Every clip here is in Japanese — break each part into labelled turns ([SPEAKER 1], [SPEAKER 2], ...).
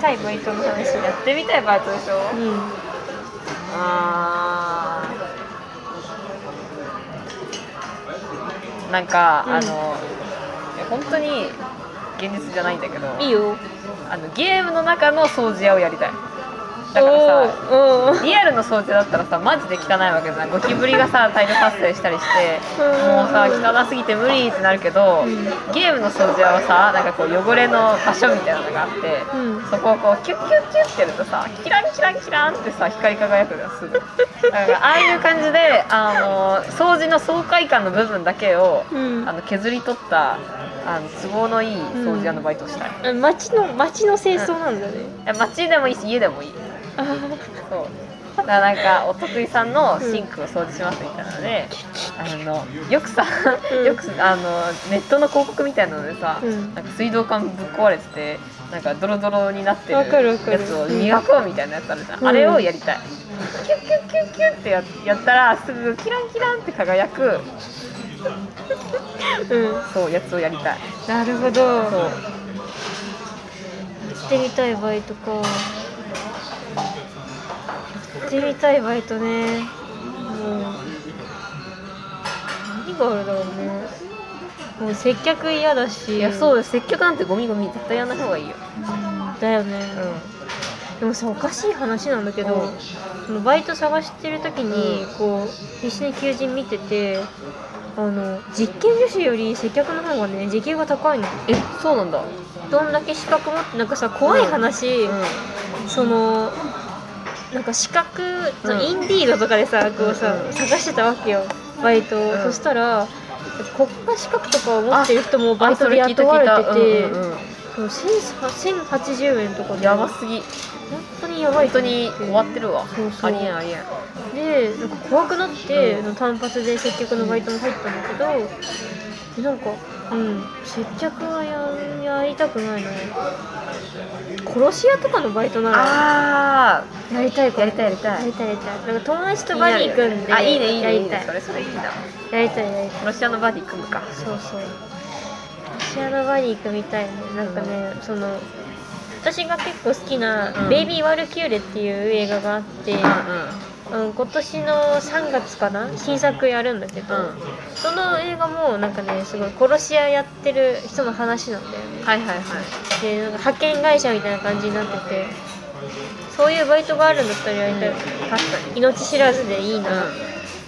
[SPEAKER 1] 対バイトの話やってみたいバイトでしょ、
[SPEAKER 2] うん
[SPEAKER 1] あーなんか、
[SPEAKER 2] うん
[SPEAKER 1] あのいや本当に現実じゃないんだけど
[SPEAKER 2] いいよ
[SPEAKER 1] あのゲームの中の掃除屋をやりたいだからさ
[SPEAKER 2] おーうん
[SPEAKER 1] リアルの掃除だったらさマジで汚いわけじゃんゴキブリがさ大量発生したりして
[SPEAKER 2] うん
[SPEAKER 1] もうさ汚すぎて無理ってなるけど、
[SPEAKER 2] うん
[SPEAKER 1] ゲームの掃除屋はさなんかこう汚れの場所みたいなのがあって、
[SPEAKER 2] うん
[SPEAKER 1] そこをこうキュッキュッキュッってやるとさキランキランキランってさ光り輝くのがすぐだからああいう感じであの掃除の爽快感の部分だけを、
[SPEAKER 2] うん
[SPEAKER 1] あの削り取ったあの都合のいい掃除屋のバイトをしたい、
[SPEAKER 2] え街の街の清掃なんだね、
[SPEAKER 1] え街でもいいし家でもいい
[SPEAKER 2] あ
[SPEAKER 1] そうだからなんかお得意さんのシンクを掃除しますみたいなので、あのよくさ、
[SPEAKER 2] うん
[SPEAKER 1] よくあのネットの広告みたいなのでさ、
[SPEAKER 2] うん
[SPEAKER 1] なんか水道管ぶっ壊れててなんかドロドロになってる
[SPEAKER 2] わかるわかる
[SPEAKER 1] やつを磨こうみたいなやつあるじゃん、
[SPEAKER 2] うん
[SPEAKER 1] あれをやりたいキュッキュッキュッキュッってややったらすぐキランキランって輝く
[SPEAKER 2] ーうん
[SPEAKER 1] そうやつをやりたい
[SPEAKER 2] なるほ
[SPEAKER 1] そう
[SPEAKER 2] どしてみたいバイトかやってみたいバイトねうん何があるだろうねもう接客嫌だし
[SPEAKER 1] いやそう
[SPEAKER 2] う
[SPEAKER 1] です接客なんてゴミゴミ絶対やんない方がいいよ
[SPEAKER 2] んだよね、
[SPEAKER 1] う
[SPEAKER 2] でもさおかしい話なんだけど、
[SPEAKER 1] うん
[SPEAKER 2] そのバイト探してる時に、
[SPEAKER 1] う
[SPEAKER 2] こう必死に求人見ててあの実験助手より接客の方がね時給が高いの
[SPEAKER 1] んえそうなんだ
[SPEAKER 2] どんだけ資格持ってなんかさ怖い話、
[SPEAKER 1] う
[SPEAKER 2] そのなんか資格、その
[SPEAKER 1] うん
[SPEAKER 2] インディードとかでさこうさ、
[SPEAKER 1] うん
[SPEAKER 2] 探してたわけよバイトを、
[SPEAKER 1] うん
[SPEAKER 2] そしたら国家資格とかを持ってる人も
[SPEAKER 1] ん
[SPEAKER 2] バイトで
[SPEAKER 1] あそれ聞いた
[SPEAKER 2] 雇われて
[SPEAKER 1] 聞い
[SPEAKER 2] て
[SPEAKER 1] たうんうんうん
[SPEAKER 2] そう1000 1080円とかで
[SPEAKER 1] やば
[SPEAKER 2] 本
[SPEAKER 1] すぎ
[SPEAKER 2] 当にやばい
[SPEAKER 1] 本
[SPEAKER 2] と
[SPEAKER 1] 当
[SPEAKER 2] 思って
[SPEAKER 1] に終わってるわ
[SPEAKER 2] そうそう
[SPEAKER 1] ありえんありえん
[SPEAKER 2] でなんか怖くなって、
[SPEAKER 1] うん
[SPEAKER 2] 単発で接客のバイトも入ったんだけど、でなんかうん接客はややりたくないな殺し屋とかのバイトなら
[SPEAKER 1] あ
[SPEAKER 2] やりたい
[SPEAKER 1] あ
[SPEAKER 2] か
[SPEAKER 1] や
[SPEAKER 2] も
[SPEAKER 1] りたいやりた
[SPEAKER 2] や
[SPEAKER 1] い
[SPEAKER 2] りたいやりたいなんか友達とバディ組んで
[SPEAKER 1] あいいねいい
[SPEAKER 2] や
[SPEAKER 1] ねい
[SPEAKER 2] り
[SPEAKER 1] い
[SPEAKER 2] た
[SPEAKER 1] ね
[SPEAKER 2] い
[SPEAKER 1] それそれいいな
[SPEAKER 2] やりたいやりたい
[SPEAKER 1] ロシアのバディ組むか
[SPEAKER 2] そうそうシアのバディ組みたいねなんかね、その私が結構好きな
[SPEAKER 1] う
[SPEAKER 2] 「
[SPEAKER 1] ん
[SPEAKER 2] ベイビー・ワルキューレ」っていう映画があって、
[SPEAKER 1] う
[SPEAKER 2] うん、今年の3月かな新作やるんだけど、
[SPEAKER 1] んうんうん
[SPEAKER 2] その映画もなんかねすごい殺し屋やってる人の話なんだよね
[SPEAKER 1] はいはいはい
[SPEAKER 2] でなんか派遣会社みたいな感じになっててそういうバイトがあるんだったらやりたい、
[SPEAKER 1] うん確かに
[SPEAKER 2] 命知らずでいいな、
[SPEAKER 1] うん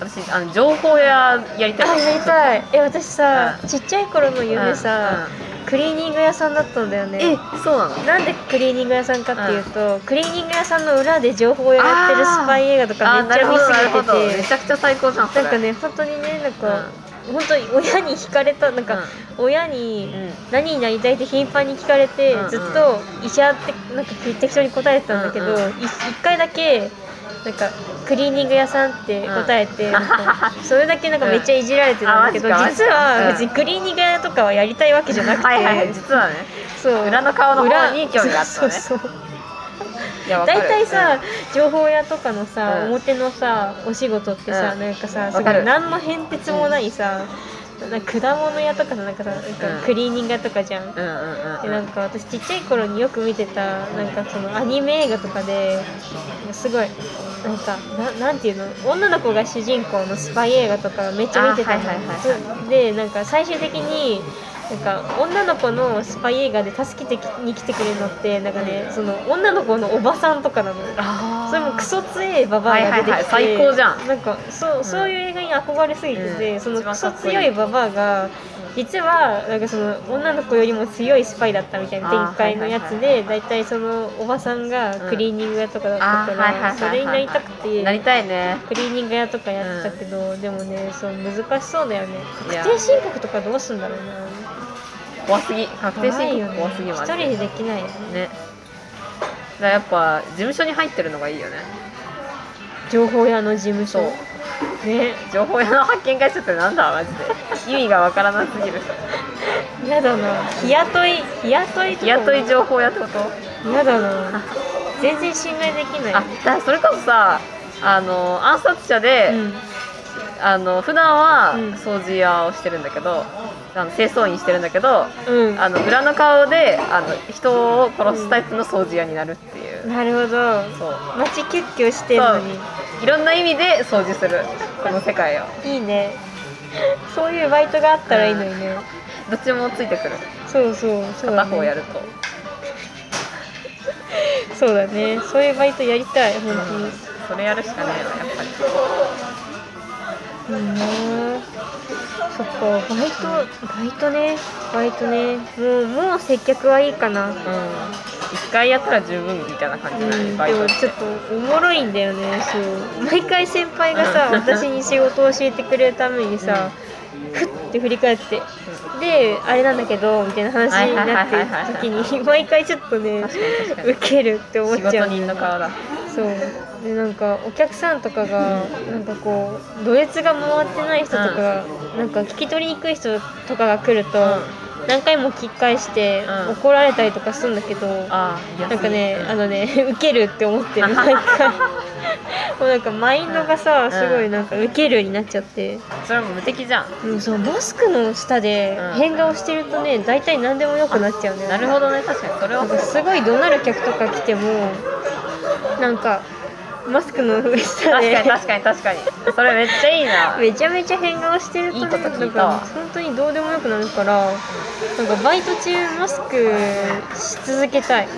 [SPEAKER 1] 私あの情報屋やりたい
[SPEAKER 2] あやりたいえ私さ、
[SPEAKER 1] う
[SPEAKER 2] ちっちゃい頃の夢さ、クリーニング屋さんだったんだよ
[SPEAKER 1] うん
[SPEAKER 2] ね
[SPEAKER 1] えそうなの
[SPEAKER 2] なんでクリーニング屋さんかっていうと、クリーニング屋さんの裏で情報をやってるスパイ映画とかめっちゃ見
[SPEAKER 1] なるほどなるほど
[SPEAKER 2] すぎて
[SPEAKER 1] めちゃくちゃ最高じゃんそ
[SPEAKER 2] て
[SPEAKER 1] れ
[SPEAKER 2] なんかね本当にねなんか、本当に親に惹かれたなん
[SPEAKER 1] うん
[SPEAKER 2] か、親に
[SPEAKER 1] うん
[SPEAKER 2] 何になりたいって頻繁に聞かれて、
[SPEAKER 1] うんうん
[SPEAKER 2] ずっと医者ってなんか適当に答えてたんだけど、
[SPEAKER 1] うんう
[SPEAKER 2] い一回だけなんかクリーニング屋さんって答え て、
[SPEAKER 1] うん
[SPEAKER 2] なんかそれだけなんかめっちゃいじられてたんだけど、
[SPEAKER 1] うんあマ
[SPEAKER 2] 実
[SPEAKER 1] ジか
[SPEAKER 2] は
[SPEAKER 1] うん
[SPEAKER 2] 別にクリーニング屋とかはやりたいわけじゃなくて、
[SPEAKER 1] はいはいはい実はね
[SPEAKER 2] そう
[SPEAKER 1] 裏の顔の
[SPEAKER 2] 裏
[SPEAKER 1] 方に興味があったのね
[SPEAKER 2] そうそうそう
[SPEAKER 1] いやわか
[SPEAKER 2] 大
[SPEAKER 1] る
[SPEAKER 2] 体さ、情報屋とかのさ、
[SPEAKER 1] うん
[SPEAKER 2] 表のさお仕事ってさ、
[SPEAKER 1] うん
[SPEAKER 2] なんかさ
[SPEAKER 1] わ
[SPEAKER 2] すご
[SPEAKER 1] かる
[SPEAKER 2] い何の変哲もないさ、なんか果物屋とかさなんかさなんか
[SPEAKER 1] うん
[SPEAKER 2] クリーニング屋とかじゃん、
[SPEAKER 1] うんうんうんうん
[SPEAKER 2] でなんか私ちっちゃい頃によく見てたなんかそのアニメ映画とかですごいなんかななんていうの女の子が主人公のスパイ映画とかめっちゃ見てたの、
[SPEAKER 1] あはいはいはい
[SPEAKER 2] そでなんか最終的になんか女の子のスパイ映画で助けてきに来てくれるのってなんかね、
[SPEAKER 1] うん
[SPEAKER 2] その女の子のおばさんとかなの。
[SPEAKER 1] あー
[SPEAKER 2] それもクソ強いババアが出てきて、
[SPEAKER 1] はいはいはい最高じゃん
[SPEAKER 2] なんかそう,、
[SPEAKER 1] うん
[SPEAKER 2] そういう映画に憧れすぎてて、
[SPEAKER 1] うん
[SPEAKER 2] その
[SPEAKER 1] 一
[SPEAKER 2] ク
[SPEAKER 1] 番か
[SPEAKER 2] ソ
[SPEAKER 1] っこいい
[SPEAKER 2] 強いババアが実はなんかその女の子よりも強いスパイだったみたいな展開のやつ
[SPEAKER 1] あーはいはい
[SPEAKER 2] で
[SPEAKER 1] はい
[SPEAKER 2] 大体そのおばさんがクリーニング屋とかだ
[SPEAKER 1] あ
[SPEAKER 2] った
[SPEAKER 1] ー
[SPEAKER 2] か
[SPEAKER 1] はいはいはいは
[SPEAKER 2] ら
[SPEAKER 1] い
[SPEAKER 2] それになりたくて
[SPEAKER 1] なりたいね
[SPEAKER 2] クリーニング屋とかやってたけど、でもねそう難しそうだよね
[SPEAKER 1] いや
[SPEAKER 2] 確定申告とかどうすんだろうな
[SPEAKER 1] 怖すぎ確定
[SPEAKER 2] 怖い
[SPEAKER 1] 申
[SPEAKER 2] よ
[SPEAKER 1] 告
[SPEAKER 2] ね
[SPEAKER 1] 怖すぎま
[SPEAKER 2] 一
[SPEAKER 1] で
[SPEAKER 2] 人でできないよね
[SPEAKER 1] ねだからやっぱ事務所に入ってるのがいいよね
[SPEAKER 2] 情報屋の事務所
[SPEAKER 1] そう
[SPEAKER 2] ね
[SPEAKER 1] 情報屋の発見会社ってなんだマジ で意味がわからなすぎる
[SPEAKER 2] やだな日雇い日雇いとか
[SPEAKER 1] 日雇い情報屋ってこと
[SPEAKER 2] やだな全然信頼できない
[SPEAKER 1] あだそれこそさあの暗殺者で、
[SPEAKER 2] うん
[SPEAKER 1] あの普段は
[SPEAKER 2] うん
[SPEAKER 1] 掃除屋をしてるんだけど、あの清掃員してるんだけど
[SPEAKER 2] うん
[SPEAKER 1] あの裏の顔であの人を殺すタイプの掃除屋になるっていう、
[SPEAKER 2] なるほど
[SPEAKER 1] そう
[SPEAKER 2] 街キュッキュしてんのに
[SPEAKER 1] いろんな意味で掃除するこの世界を
[SPEAKER 2] いいねそういうバイトがあったらいいのにね、
[SPEAKER 1] どっちもついてくる
[SPEAKER 2] そうそうそうだ
[SPEAKER 1] 片
[SPEAKER 2] ね
[SPEAKER 1] 方やると
[SPEAKER 2] そうだねそういうバイトやりたい本当に
[SPEAKER 1] それやるしかねえな
[SPEAKER 2] いい
[SPEAKER 1] やっぱり
[SPEAKER 2] なそっかバイトバイトねバイトねもうもう接客はいいかな、うん、
[SPEAKER 1] うん一回やったら十分みたいな感じない、
[SPEAKER 2] でも
[SPEAKER 1] バイトって
[SPEAKER 2] ちょっとおもろいんだよねそう毎回先輩がさ私に仕事を教えてくれるためにさ、ふって振り返ってであれなんだけどみたいな話になってる時に毎回ちょっとね
[SPEAKER 1] 確かに確か
[SPEAKER 2] ウケるって思っ
[SPEAKER 1] に
[SPEAKER 2] ち
[SPEAKER 1] 仕
[SPEAKER 2] ゃう
[SPEAKER 1] 事人の顔だ
[SPEAKER 2] そうでなんかお客さんとかがなんかこうドレツが回ってない人とか、なんか聞き取りにくい人とかが来ると、何回も聞き返して
[SPEAKER 1] うん
[SPEAKER 2] 怒られたりとかするんだけど、
[SPEAKER 1] ああ
[SPEAKER 2] なんかね、あのね ウケるって思ってる
[SPEAKER 1] うん
[SPEAKER 2] 毎回 もうなんかマインドがさ、
[SPEAKER 1] うん
[SPEAKER 2] すごいなんかウケるになっちゃって、
[SPEAKER 1] それも無敵じゃん
[SPEAKER 2] うん、そうマスクの下で
[SPEAKER 1] うん
[SPEAKER 2] 変顔してるとね大体何でもよくなっちゃうね
[SPEAKER 1] なるほどね確かにそれ
[SPEAKER 2] な
[SPEAKER 1] は
[SPEAKER 2] んかすごい怒鳴る客とか来てもなんかマスクの上下
[SPEAKER 1] 確
[SPEAKER 2] で
[SPEAKER 1] かに確かに確かにそれめっちゃいい な
[SPEAKER 2] めちゃめちゃ変顔してるとね
[SPEAKER 1] いいこと聞いた
[SPEAKER 2] な
[SPEAKER 1] わ
[SPEAKER 2] んか本当にどうでもよくなるからなんかバイト中マスクし続けたいし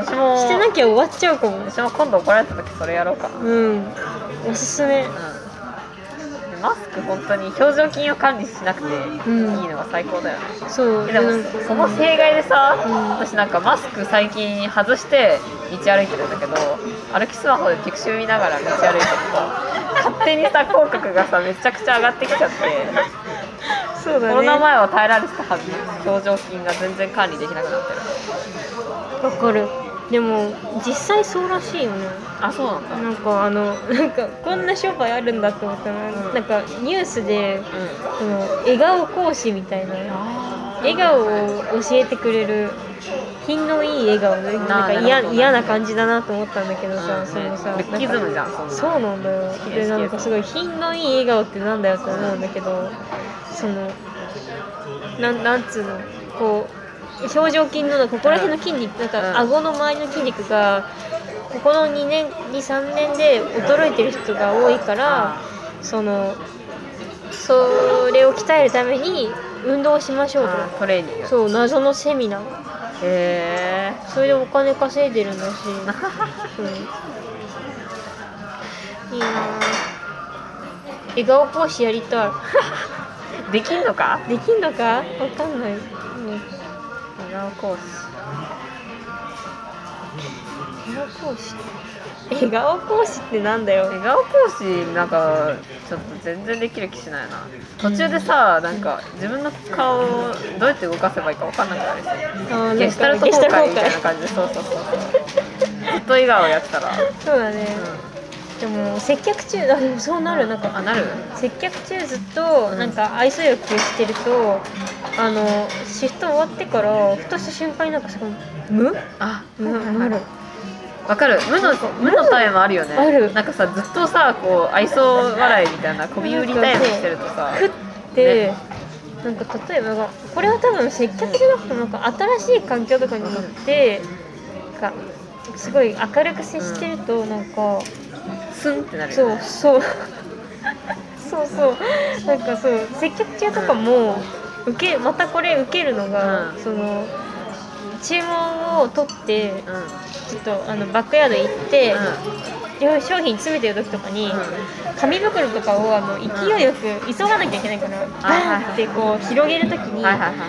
[SPEAKER 1] うん私も
[SPEAKER 2] てなきゃ終わっちゃうかも
[SPEAKER 1] 私も今度怒られた時それやろうかな
[SPEAKER 2] うんおすすめ
[SPEAKER 1] うんでマスク本当に表情筋を管理しなくていい
[SPEAKER 2] ん
[SPEAKER 1] のが最高だよね、
[SPEAKER 2] そう
[SPEAKER 1] えでも
[SPEAKER 2] なんか
[SPEAKER 1] その弊害でさ、
[SPEAKER 2] うん
[SPEAKER 1] 私なんかマスク最近外して道歩いてるんだけど歩きスマホでピクシブ見ながら道歩いてると勝手にさ口角がさめちゃくちゃ上がってきちゃって
[SPEAKER 2] そう
[SPEAKER 1] コ
[SPEAKER 2] だ
[SPEAKER 1] ロナ
[SPEAKER 2] ね
[SPEAKER 1] 前は耐えられてたはずの表情筋が全然管理できなくなってる
[SPEAKER 2] わかるでも実際そうらしいよね
[SPEAKER 1] あそうなんだうん
[SPEAKER 2] なんかあのなんかこんな商売あるんだって思ったら、
[SPEAKER 1] うん
[SPEAKER 2] なんかニュースでその笑顔講師みたいな笑顔を教えてくれる品のいい笑顔でなんか
[SPEAKER 1] なる
[SPEAKER 2] 嫌
[SPEAKER 1] ほどね
[SPEAKER 2] 嫌な感じだなと思ったんだけどさ、
[SPEAKER 1] うん
[SPEAKER 2] そのさ
[SPEAKER 1] ルッキズムじゃんそんな
[SPEAKER 2] そうなんだよ
[SPEAKER 1] 好きで
[SPEAKER 2] です
[SPEAKER 1] 好
[SPEAKER 2] なん
[SPEAKER 1] きです
[SPEAKER 2] かすごい品のいい笑顔ってなんだよって思うんだけどそのなんなんつうのこう表情筋のここら辺の筋肉なん
[SPEAKER 1] うん
[SPEAKER 2] か顎の周りの筋肉がここの2年23年で衰えてる人が多いからそのそれを鍛えるために運動をしましょう
[SPEAKER 1] あトレーニン
[SPEAKER 2] と
[SPEAKER 1] グ
[SPEAKER 2] そう謎のセミナー
[SPEAKER 1] へえ
[SPEAKER 2] それでお金稼いでるんだし、うん、いいなぁ笑顔講師やりた
[SPEAKER 1] できんのか
[SPEAKER 2] いで きんのかわかんない、うん、
[SPEAKER 1] 笑顔講師
[SPEAKER 2] 笑顔講師笑顔講師ってなんだよ
[SPEAKER 1] 笑顔講師なんかちょっと全然できる気しないな途中でさなんか自分の顔をどうやって動かせばいいか分かんなくなるしゲスタルト公開みたいな感じでそうそうそうそうずっと笑顔やってたら、うん、
[SPEAKER 2] そうだね、でも接客中 あでもそうなるなんか
[SPEAKER 1] あなる
[SPEAKER 2] 接客中ずっと
[SPEAKER 1] うん
[SPEAKER 2] なんか愛想よくしてると、あのシフト終わってからふとした瞬間になんかそこ無
[SPEAKER 1] あ
[SPEAKER 2] 無無る
[SPEAKER 1] わかる無の無のタイムあるよね
[SPEAKER 2] ある
[SPEAKER 1] なんかさずっとさこう愛想笑いみたいなこび売りタイムしてるとさ
[SPEAKER 2] ふって、なんか例えばがこれは多分接客じゃなくてなんか新しい環境とかになって、なんかすごい明るく接してるとなんか、
[SPEAKER 1] スンってなるよ
[SPEAKER 2] そ
[SPEAKER 1] ね
[SPEAKER 2] うそう そうそうなんかそう接客中とかも受けまたこれ受けるのが、
[SPEAKER 1] うん
[SPEAKER 2] その注文を取って
[SPEAKER 1] うんうん
[SPEAKER 2] ちょっとあのバックヤード行って、商品詰めてる時とかに、紙袋とかをあの勢いよく急がなきゃいけないから、バ
[SPEAKER 1] はい
[SPEAKER 2] ーンってこう広げる時
[SPEAKER 1] う
[SPEAKER 2] に、
[SPEAKER 1] んはいはいはい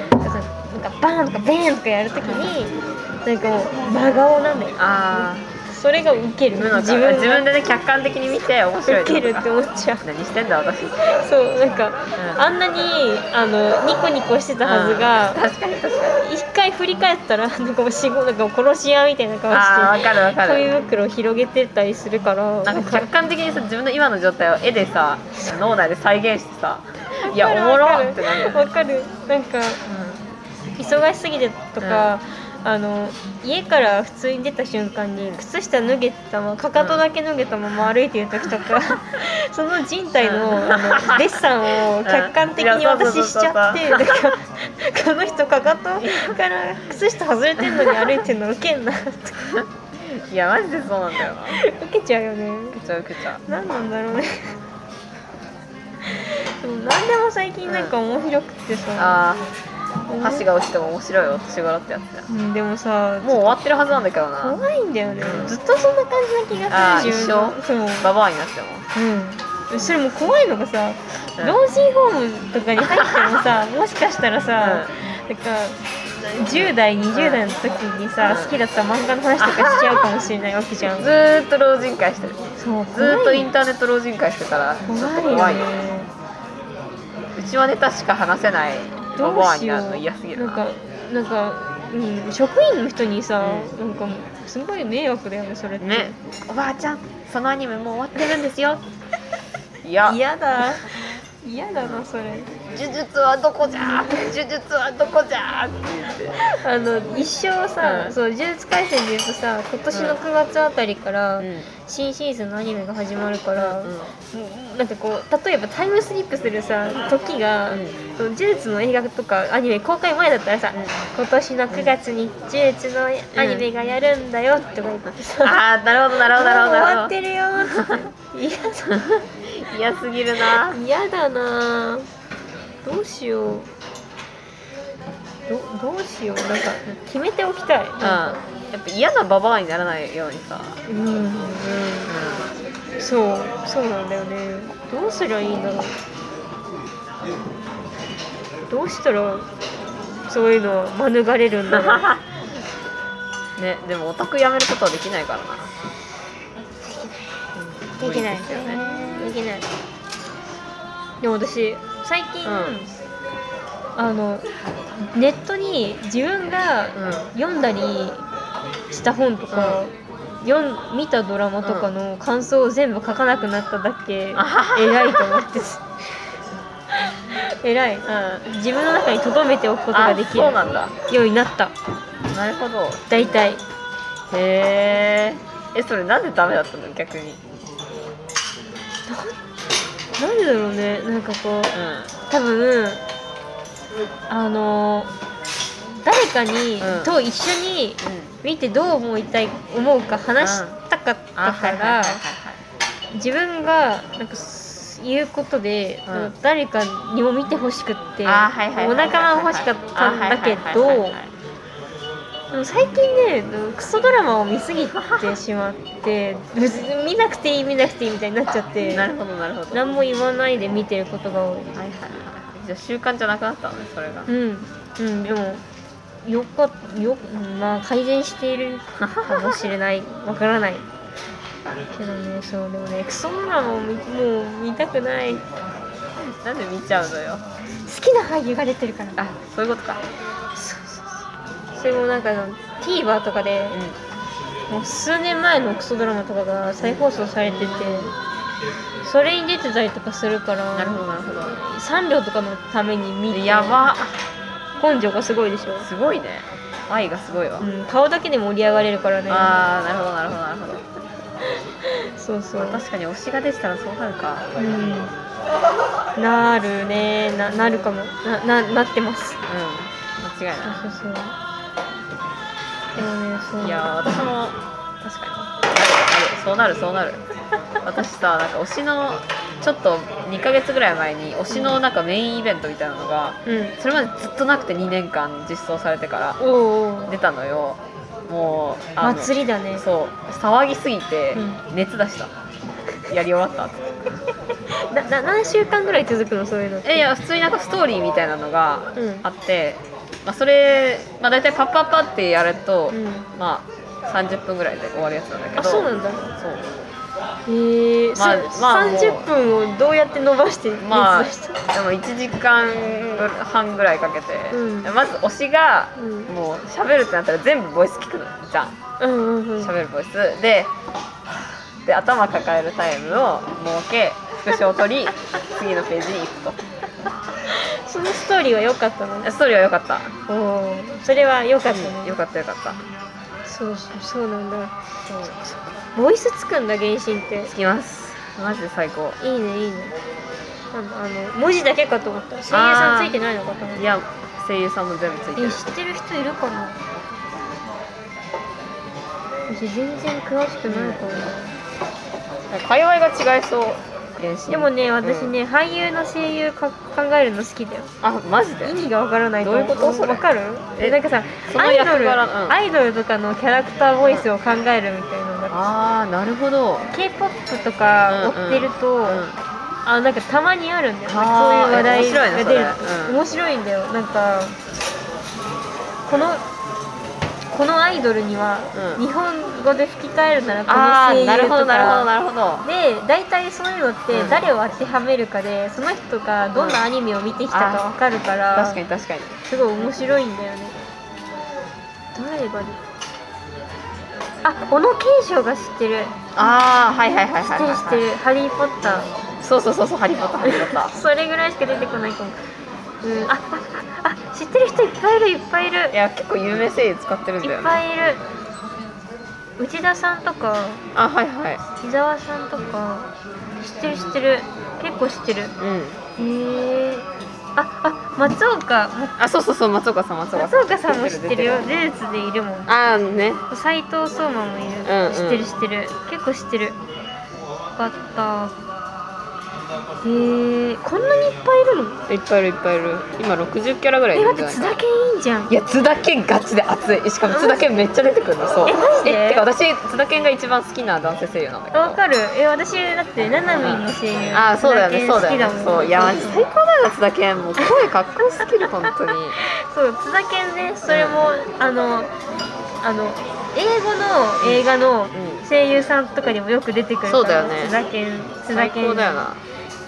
[SPEAKER 2] なんかバーンとかベーンとかやる時になんかもう真顔なんだよ
[SPEAKER 1] ああ
[SPEAKER 2] それがウケる
[SPEAKER 1] 無の顔
[SPEAKER 2] 自
[SPEAKER 1] 自
[SPEAKER 2] 分が
[SPEAKER 1] 分でね客観的に見て面白い
[SPEAKER 2] ウケるって思っちゃう
[SPEAKER 1] 何してんだ私、うん、
[SPEAKER 2] そうなんか、
[SPEAKER 1] ん
[SPEAKER 2] あんなにあのニコニコしてたはずが、
[SPEAKER 1] 確かに確かに
[SPEAKER 2] 一回振り返ったらなんかもう死後なんかもう殺し屋みたいな顔
[SPEAKER 1] ああ
[SPEAKER 2] し
[SPEAKER 1] 分かる分
[SPEAKER 2] て
[SPEAKER 1] か
[SPEAKER 2] 紙
[SPEAKER 1] る
[SPEAKER 2] 袋を広げてたりするから
[SPEAKER 1] なんか客観的にさ自分の今の状態を絵でさ脳内で再現してさいや
[SPEAKER 2] わかる
[SPEAKER 1] おもろ
[SPEAKER 2] わかる
[SPEAKER 1] ってなるよね
[SPEAKER 2] わかるなんか忙しすぎてとか、あの家から普通に出た瞬間に靴下脱げたままかかとだけ脱げたまま歩いてる時と か、その人体のあのデッサンを客観的に私しちゃって、なんかこの人かかとから靴下外れてんのに歩いてるのウケんなとか
[SPEAKER 1] いやマジでそうなんだよな
[SPEAKER 2] ウケちゃうよね
[SPEAKER 1] くちゃうくちゃ
[SPEAKER 2] 何なんだろうねでも何でも最近なんか面白くてさ、
[SPEAKER 1] あ
[SPEAKER 2] う
[SPEAKER 1] ー
[SPEAKER 2] ん
[SPEAKER 1] 箸が落ちても面白いお年頃ってやつだ
[SPEAKER 2] うんでもさ
[SPEAKER 1] もう終わってるはずなんだけどな
[SPEAKER 2] 怖いんだよね
[SPEAKER 1] うん
[SPEAKER 2] ずっとそんな感じな気がする
[SPEAKER 1] あー
[SPEAKER 2] 自分のそう
[SPEAKER 1] ババアになっても
[SPEAKER 2] うんそれも怖いのがさ
[SPEAKER 1] うん
[SPEAKER 2] 老人ホームとかに入ってもさ もしかしたらさ、なんか10代20代の時にさ、
[SPEAKER 1] うん
[SPEAKER 2] 好きだった漫画の話とかしちゃうかもしれないわけじゃん
[SPEAKER 1] ずーっと老人会してる
[SPEAKER 2] そう
[SPEAKER 1] ずーっと
[SPEAKER 2] 怖い
[SPEAKER 1] インターネット老人会してたらちょっと怖いよ
[SPEAKER 2] 怖いよね
[SPEAKER 1] うちはネタしか話せないバ
[SPEAKER 2] どう
[SPEAKER 1] バア
[SPEAKER 2] し
[SPEAKER 1] に
[SPEAKER 2] よ
[SPEAKER 1] な
[SPEAKER 2] う
[SPEAKER 1] るの嫌すぎる
[SPEAKER 2] なん
[SPEAKER 1] な
[SPEAKER 2] かなんか、うん、職員の人にさ、なんかすごい迷惑だよねそれって
[SPEAKER 1] ねおばあちゃんそのアニメもう終わってるんですよいや
[SPEAKER 2] 嫌だ嫌だなそれ
[SPEAKER 1] 呪術はどこじゃ呪術はどこじゃって言って
[SPEAKER 2] あの一生さ、
[SPEAKER 1] うん
[SPEAKER 2] そう「呪術廻戦」で言うとさ今年の9月あたりから、
[SPEAKER 1] う
[SPEAKER 2] 新シーズンのアニメが始まるから、
[SPEAKER 1] ん
[SPEAKER 2] なんかこう例えばタイムスリップするさ時が、
[SPEAKER 1] うん
[SPEAKER 2] その呪術の映画とかアニメ公開前だったらさ、
[SPEAKER 1] うん
[SPEAKER 2] 今年の9月に呪術のアニメがやるんだよとか言ってさ、
[SPEAKER 1] ああなるほどなるほど
[SPEAKER 2] もう終わ
[SPEAKER 1] な
[SPEAKER 2] っ
[SPEAKER 1] る
[SPEAKER 2] てるよーって
[SPEAKER 1] ほど嫌すぎるな
[SPEAKER 2] 嫌だ嫌だなーどうしようどどうしようなんか決めておきたい
[SPEAKER 1] うんやっぱ嫌なババアにならないようにさ、
[SPEAKER 2] うん、うん、そうそうなんだよねどうすりゃいいんだろうどうしたらそういうのは免れるんだろう
[SPEAKER 1] ねでもオタクやめることはできないからな うん無理ですよね
[SPEAKER 2] できないでも私最近、
[SPEAKER 1] うん
[SPEAKER 2] あのネットに自分
[SPEAKER 1] う
[SPEAKER 2] が
[SPEAKER 1] ん
[SPEAKER 2] 読んだりした本とか、読ん見たドラマとかの感想を全部書かなくなっただけ、
[SPEAKER 1] あはは
[SPEAKER 2] 偉いと思 って偉い自分の中に留めておくことができる
[SPEAKER 1] あそうなんだ
[SPEAKER 2] ようになった
[SPEAKER 1] なるほど
[SPEAKER 2] 大体
[SPEAKER 1] へええそれなんでダメだったの逆に
[SPEAKER 2] なんでだろうねなんかこう
[SPEAKER 1] う
[SPEAKER 2] 多分あの誰かに、
[SPEAKER 1] うん
[SPEAKER 2] と一緒に
[SPEAKER 1] んうん
[SPEAKER 2] 見てどう思いたい思うか話したかったから、自分がなんかす言うことで、
[SPEAKER 1] うん
[SPEAKER 2] なんか誰かにも見てほしくって、
[SPEAKER 1] あはいはい
[SPEAKER 2] お
[SPEAKER 1] はいはいはい
[SPEAKER 2] 仲間欲しかったんだけど、
[SPEAKER 1] あはいはいはいはいはい
[SPEAKER 2] でも最近ねうんクソドラマを見すぎてしまって別に見なくていい見なくていいみたいになっちゃって
[SPEAKER 1] なるほどなるほど
[SPEAKER 2] 何も言わないで見てることが多い
[SPEAKER 1] はいはいはいじゃあ習慣じゃなくなったのねそれが
[SPEAKER 2] うんうんでもよかっようんまあ改善しているかもしれないわからないけどねそうでもねクソドラマを見もう見たくない好
[SPEAKER 1] なんで見ちゃうのよ
[SPEAKER 2] きな俳優が出てるから
[SPEAKER 1] あそういうことか
[SPEAKER 2] そうそうそうそれもなんかあの TVer とかで
[SPEAKER 1] う
[SPEAKER 2] もう数年前のクソドラマとかが再放送されててそれに出てたりとかするから
[SPEAKER 1] んなるほどなるほど
[SPEAKER 2] 三両とかのために見て
[SPEAKER 1] やば
[SPEAKER 2] 根性がすごいでしょ、
[SPEAKER 1] すごいね愛がすごいわ、
[SPEAKER 2] うん、顔だけで盛り上がれるからね
[SPEAKER 1] ああなるほどなるほどなるほど
[SPEAKER 2] そうそう
[SPEAKER 1] 確かに推しが出てたらそうなるか
[SPEAKER 2] うんなるねななるかもなななってます
[SPEAKER 1] うん間違い
[SPEAKER 2] そう
[SPEAKER 1] な
[SPEAKER 2] そうそうでもねそう
[SPEAKER 1] いいやー私も確かにそうなるそうなる私さなんか推しのちょっと2ヶ月ぐらい前に推しのなんかメインイベントみたいなのが
[SPEAKER 2] うん
[SPEAKER 1] それまでずっとなくて2年間実装されてか
[SPEAKER 2] おうお
[SPEAKER 1] ら
[SPEAKER 2] う
[SPEAKER 1] 出たのよもうあの
[SPEAKER 2] 祭りだね
[SPEAKER 1] そう騒ぎすぎて
[SPEAKER 2] う
[SPEAKER 1] 熱出した、やり終わったって
[SPEAKER 2] なな何週間ぐらい続くのそういうのって
[SPEAKER 1] えいや普通になんかストーリーみたいなのが
[SPEAKER 2] うん
[SPEAKER 1] あって、まあ、それ、まあ、大体パッパッパってやると、
[SPEAKER 2] うん
[SPEAKER 1] まあ30分ぐらいで終わるやつなんだけど
[SPEAKER 2] あそうなんだ
[SPEAKER 1] そう
[SPEAKER 2] えー
[SPEAKER 1] まあ
[SPEAKER 2] そ
[SPEAKER 1] まあ
[SPEAKER 2] 30分をどうやって伸ばして熱出した、
[SPEAKER 1] まあでも1時間半ぐらいかけて、
[SPEAKER 2] うん
[SPEAKER 1] まず推しが、
[SPEAKER 2] うん
[SPEAKER 1] もう喋るってなったら全部ボイス聞くのじゃん
[SPEAKER 2] うんうんうん
[SPEAKER 1] 喋るボイスでで頭抱え るタイムを設けスクショを取り次のページに行くと
[SPEAKER 2] そのストーリーは良かったの
[SPEAKER 1] ストーリーは良かった
[SPEAKER 2] おおそれは良かったね、
[SPEAKER 1] うん良かった良かった
[SPEAKER 2] そうそうそうなんだ
[SPEAKER 1] そう
[SPEAKER 2] ボイスつくんだ原神って
[SPEAKER 1] つきますマジで最高
[SPEAKER 2] いいねいいねなんだあの文字だけかと思った声優さんついてないのかと思った
[SPEAKER 1] いや声優さんも全部ついて
[SPEAKER 2] え
[SPEAKER 1] る
[SPEAKER 2] 知ってる人いるかな私全然詳しくないかも、
[SPEAKER 1] 界隈が違いそう原神
[SPEAKER 2] でもね
[SPEAKER 1] ん
[SPEAKER 2] 私ね、俳優の声優か考えるの好きだよ
[SPEAKER 1] あマジで
[SPEAKER 2] 意味がわからない
[SPEAKER 1] どういうことそれ
[SPEAKER 2] わかるえ
[SPEAKER 1] え
[SPEAKER 2] なんかさ
[SPEAKER 1] そ
[SPEAKER 2] ア
[SPEAKER 1] の
[SPEAKER 2] イ
[SPEAKER 1] 役
[SPEAKER 2] ドル、
[SPEAKER 1] 柄うん
[SPEAKER 2] アイドルとかのキャラクターボイスを考えるみたいなのが
[SPEAKER 1] ああなるほど
[SPEAKER 2] k p o p とか
[SPEAKER 1] うん
[SPEAKER 2] 追っ
[SPEAKER 1] うん
[SPEAKER 2] てると、
[SPEAKER 1] うん
[SPEAKER 2] あなんかたまにあるんだよそういう
[SPEAKER 1] あー
[SPEAKER 2] 話題が出る
[SPEAKER 1] 面白いねそれうん
[SPEAKER 2] 面白いんだよなんかこのこのアイドルには
[SPEAKER 1] うん
[SPEAKER 2] 日本語で吹き替えるならこ
[SPEAKER 1] あ
[SPEAKER 2] の
[SPEAKER 1] あな
[SPEAKER 2] 声優
[SPEAKER 1] る
[SPEAKER 2] と
[SPEAKER 1] ほ
[SPEAKER 2] か
[SPEAKER 1] どなるほどなるほ
[SPEAKER 2] で
[SPEAKER 1] ど
[SPEAKER 2] 大体そういうのって
[SPEAKER 1] うん
[SPEAKER 2] 誰を当てはめるかで、その人がどんなアニメを見てきたかわかるから、
[SPEAKER 1] 確かに確かに
[SPEAKER 2] すごい面白いんだよね誰が出てあ小野賢章が知ってる
[SPEAKER 1] ああはいはいはい
[SPEAKER 2] 知っ
[SPEAKER 1] はい
[SPEAKER 2] て
[SPEAKER 1] は
[SPEAKER 2] る
[SPEAKER 1] い
[SPEAKER 2] 知って る「ハリー・ポッター
[SPEAKER 1] そうそうそうそうハリーポッターハリーポッタ」ー
[SPEAKER 2] それぐらいしか出てこないかも、うん、ああああ知ってる人いっぱいいるいっぱいいる
[SPEAKER 1] いや結構有名声優使ってるんだ
[SPEAKER 2] い
[SPEAKER 1] よ
[SPEAKER 2] っ
[SPEAKER 1] ね
[SPEAKER 2] ぱいいる内田さんとか
[SPEAKER 1] あはいはい
[SPEAKER 2] 伊沢さんとか知ってる知ってる結構知ってる
[SPEAKER 1] うん
[SPEAKER 2] へえああ松岡ま
[SPEAKER 1] あそうそうそう松岡さん松岡
[SPEAKER 2] 松岡さんも知
[SPEAKER 1] 出
[SPEAKER 2] ってるよルーツでいるもん
[SPEAKER 1] ああね
[SPEAKER 2] 斎藤壮馬もいる、
[SPEAKER 1] うんうん
[SPEAKER 2] 知ってる知ってる結構知ってるよかったへえこんなにいっぱいいるの
[SPEAKER 1] いっぱいいるいっぱいいる今60キャラぐらいい
[SPEAKER 2] え
[SPEAKER 1] る
[SPEAKER 2] 待
[SPEAKER 1] んじ
[SPEAKER 2] っ
[SPEAKER 1] ゃ
[SPEAKER 2] て
[SPEAKER 1] な
[SPEAKER 2] 津
[SPEAKER 1] いか
[SPEAKER 2] 田健いいじゃん
[SPEAKER 1] いや津田健ガチで熱いしかも津田健めっちゃ出てくるのそう
[SPEAKER 2] えマジで
[SPEAKER 1] てか私津田健が一番好きな男性声優なんだけど
[SPEAKER 2] わかるえ私だってななみんの声優
[SPEAKER 1] ああそうだよねそうだよ
[SPEAKER 2] 津田健好きも
[SPEAKER 1] ね
[SPEAKER 2] ん
[SPEAKER 1] そういやマジ最高だよ津田健もう声かっこよすぎる本当に
[SPEAKER 2] そう津田健ねそれも、あのあの英語の映画の
[SPEAKER 1] うん
[SPEAKER 2] 声優さんとかにもよく出てくるから
[SPEAKER 1] そうだよね
[SPEAKER 2] 津田健津田
[SPEAKER 1] 最
[SPEAKER 2] 健
[SPEAKER 1] 高だよな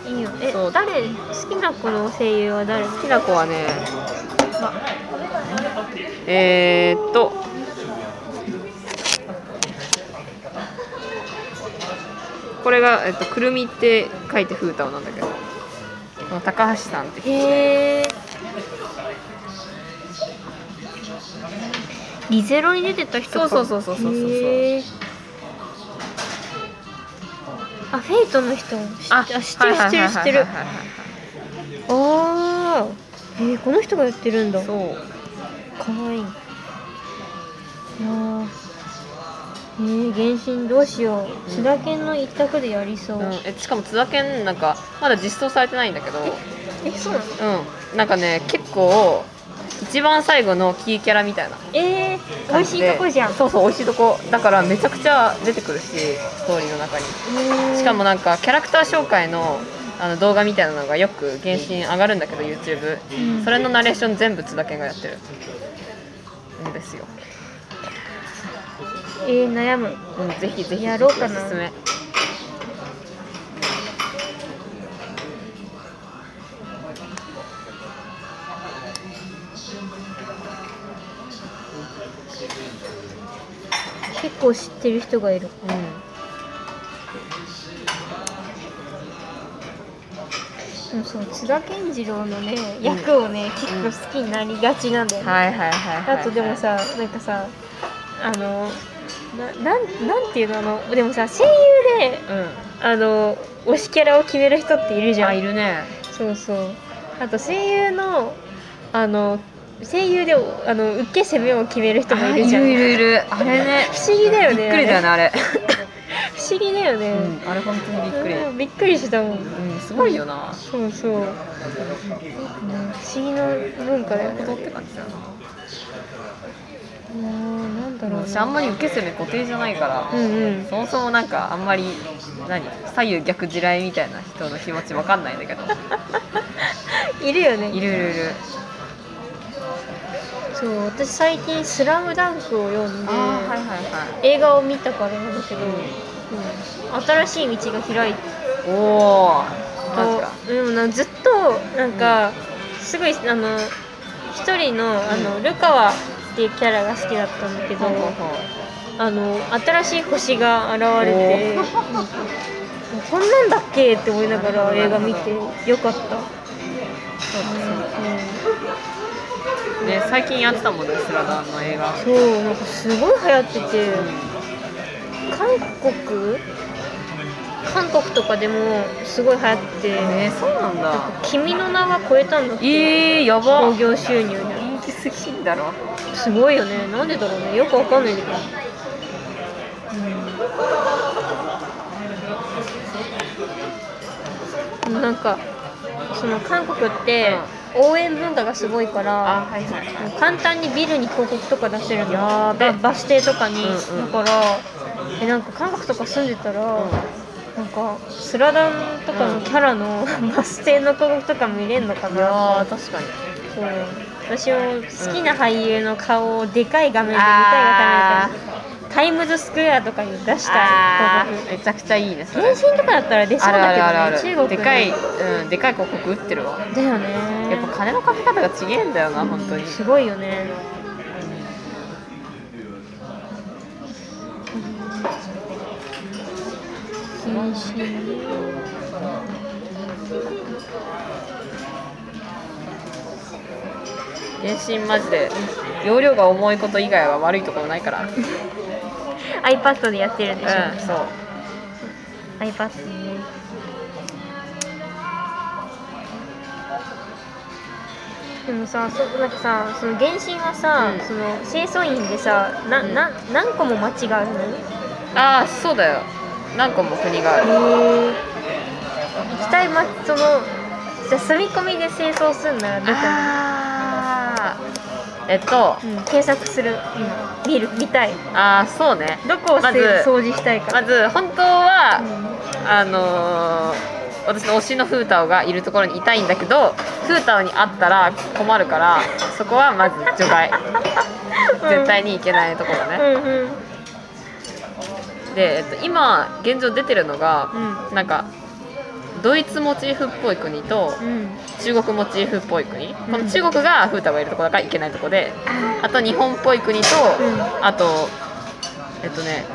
[SPEAKER 1] い
[SPEAKER 2] いよえ
[SPEAKER 1] そう
[SPEAKER 2] 誰好きな子の声優は誰
[SPEAKER 1] 好きな子はね、えー、っとこれが、えっと、くるみって書いて風太郎なんだけどこの高橋さんって
[SPEAKER 2] へえリゼロに出てた人か
[SPEAKER 1] そうそうそうそうそうそう
[SPEAKER 2] へーあフェイトの人も知ってあ知ってる知ってる知ってるあーえー、この人がやってるんだかわ
[SPEAKER 1] そう
[SPEAKER 2] いいいやーえー、原神どうしよう須田健の一択でやりそう、
[SPEAKER 1] うん、えしかも津田健なんかまだ実装されてないんだけど
[SPEAKER 2] えそうなの
[SPEAKER 1] うんなんかね結構一番最後のキーキャラみたいな
[SPEAKER 2] えー、美味しいとこじゃん
[SPEAKER 1] そうそう美味しいとこだからめちゃくちゃ出てくるしストーリーの中にしかもなんかキャラクター紹介のあの動画みたいなのがよく原神上がるんだけど YouTube
[SPEAKER 2] うん
[SPEAKER 1] それのナレーション全部津田健がやってるんですよ、
[SPEAKER 2] えー、悩む
[SPEAKER 1] うん、ぜひぜひ
[SPEAKER 2] やろうかな
[SPEAKER 1] ぜひおすすめ
[SPEAKER 2] 結構知ってる人がいるでもそう津田健次郎のね役をね、結構好きになりがちなんだよ
[SPEAKER 1] うん、
[SPEAKER 2] ね、
[SPEAKER 1] はいはいはいはい、はい、
[SPEAKER 2] あとでもさなんかさあのななんなんていうのあのでもさ声優で
[SPEAKER 1] う
[SPEAKER 2] あの推しキャラを決める人っているじ
[SPEAKER 1] ん
[SPEAKER 2] ゃ
[SPEAKER 1] あ
[SPEAKER 2] ん
[SPEAKER 1] いるね
[SPEAKER 2] そうそうあと声優のあの声優であの受け攻めを決める人もいるじゃん
[SPEAKER 1] あいるいるいるあれね
[SPEAKER 2] 不思議だよね
[SPEAKER 1] びっくりだよねあれ、
[SPEAKER 2] 不思議だよね、
[SPEAKER 1] うん、あれ本当にびっくり
[SPEAKER 2] うんびっくりしたもん
[SPEAKER 1] うんすごいよな
[SPEAKER 2] そうそう、うん不思議な文化だよね
[SPEAKER 1] ことって感じだよな
[SPEAKER 2] うんなんだろうな
[SPEAKER 1] 私あんまり受け攻め固定じゃないから、
[SPEAKER 2] うんうん
[SPEAKER 1] そもそもなんかあんまり何左右逆地雷みたいな人の気持ちわかんないんだけど
[SPEAKER 2] いるよね
[SPEAKER 1] いるいるいる
[SPEAKER 2] そう私最近「スラムダンクを読んで、
[SPEAKER 1] はいは
[SPEAKER 2] 映画を見たからなんだけど、
[SPEAKER 1] うん
[SPEAKER 2] うん新しい道が開い
[SPEAKER 1] いおお
[SPEAKER 2] た
[SPEAKER 1] マジか
[SPEAKER 2] うん、なんずっとなんか、すごいあの一人のあの、ルカワっていうキャラが好きだったんだけど、
[SPEAKER 1] ほうほうほ
[SPEAKER 2] あの新しい星が現れて
[SPEAKER 1] お
[SPEAKER 2] こんなんだっけって思いながら映画見て
[SPEAKER 1] なる
[SPEAKER 2] よかった
[SPEAKER 1] そうそうね最近やってたもんねスラダンの映画
[SPEAKER 2] そうそうなんかすごい流行ってて韓国韓国とかでもすごい流行ってて、
[SPEAKER 1] えー、そうなんだ
[SPEAKER 2] 君の名は超えたんだって
[SPEAKER 1] えー、やば
[SPEAKER 2] 興行収入で
[SPEAKER 1] 人気すぎんだろ
[SPEAKER 2] すごいよねなんでだろうねよくわかんないんだけどでもなんかその韓国って応援文化がすごいから、
[SPEAKER 1] はいはいはい
[SPEAKER 2] 簡単にビルに広告とか出せるの
[SPEAKER 1] やーべ
[SPEAKER 2] ババス停とかに、
[SPEAKER 1] うんうん
[SPEAKER 2] だからえなんか韓国とか住んでたら、
[SPEAKER 1] う
[SPEAKER 2] なんかスラダンとかのキャラの、 バス停の広告とか見れるのか
[SPEAKER 1] んいや
[SPEAKER 2] な
[SPEAKER 1] ー確かに
[SPEAKER 2] そう私も好きな俳優の顔をでかい画面で見たいがた
[SPEAKER 1] あ
[SPEAKER 2] めにタイムズスクエアとかに出したい
[SPEAKER 1] あ
[SPEAKER 2] 広
[SPEAKER 1] ーめちゃくちゃいいねそ
[SPEAKER 2] 告
[SPEAKER 1] れ
[SPEAKER 2] 電信とかだったら出そう
[SPEAKER 1] あるあるある
[SPEAKER 2] だ
[SPEAKER 1] ある
[SPEAKER 2] けどね中国の
[SPEAKER 1] でかい、うん、でかい広告打ってるわ
[SPEAKER 2] だよね
[SPEAKER 1] やっぱ金のかけ方がちげえんだよな本当に
[SPEAKER 2] すごいよね謹慎
[SPEAKER 1] 原神マジで容量が重いこと以外は悪いところないからうん
[SPEAKER 2] iPad でやってるんでしょ、
[SPEAKER 1] そう
[SPEAKER 2] iPad ねでもさそなんかさその原神はさ、
[SPEAKER 1] うん
[SPEAKER 2] その清掃員でさな、
[SPEAKER 1] うん
[SPEAKER 2] な何個も町があるの
[SPEAKER 1] ああそうだよ何個も国がある
[SPEAKER 2] へ行きたい町そのじゃあ住み込みで清掃すんならどこ
[SPEAKER 1] あーえっと
[SPEAKER 2] に、うん、検索する今見る見たい
[SPEAKER 1] ああそうね
[SPEAKER 2] どこをせ
[SPEAKER 1] まず
[SPEAKER 2] 掃除したいか
[SPEAKER 1] まず本
[SPEAKER 2] う
[SPEAKER 1] 当は、
[SPEAKER 2] ん
[SPEAKER 1] あのー私の推しのフータオがいるところにいたいんだけどフータオに会ったら困るからそこはまず除外絶対に行けないところ
[SPEAKER 2] うん
[SPEAKER 1] ね、
[SPEAKER 2] うん
[SPEAKER 1] で、えっと、今現状出てるのがなんかドイツモチーフっぽい国と
[SPEAKER 2] うんうん
[SPEAKER 1] 中国モチーフっぽい国、こ
[SPEAKER 2] うん
[SPEAKER 1] の中国がフータオがいるところだから行けないところで
[SPEAKER 2] あ
[SPEAKER 1] あと日本っぽい国と、
[SPEAKER 2] うん
[SPEAKER 1] あとえっとね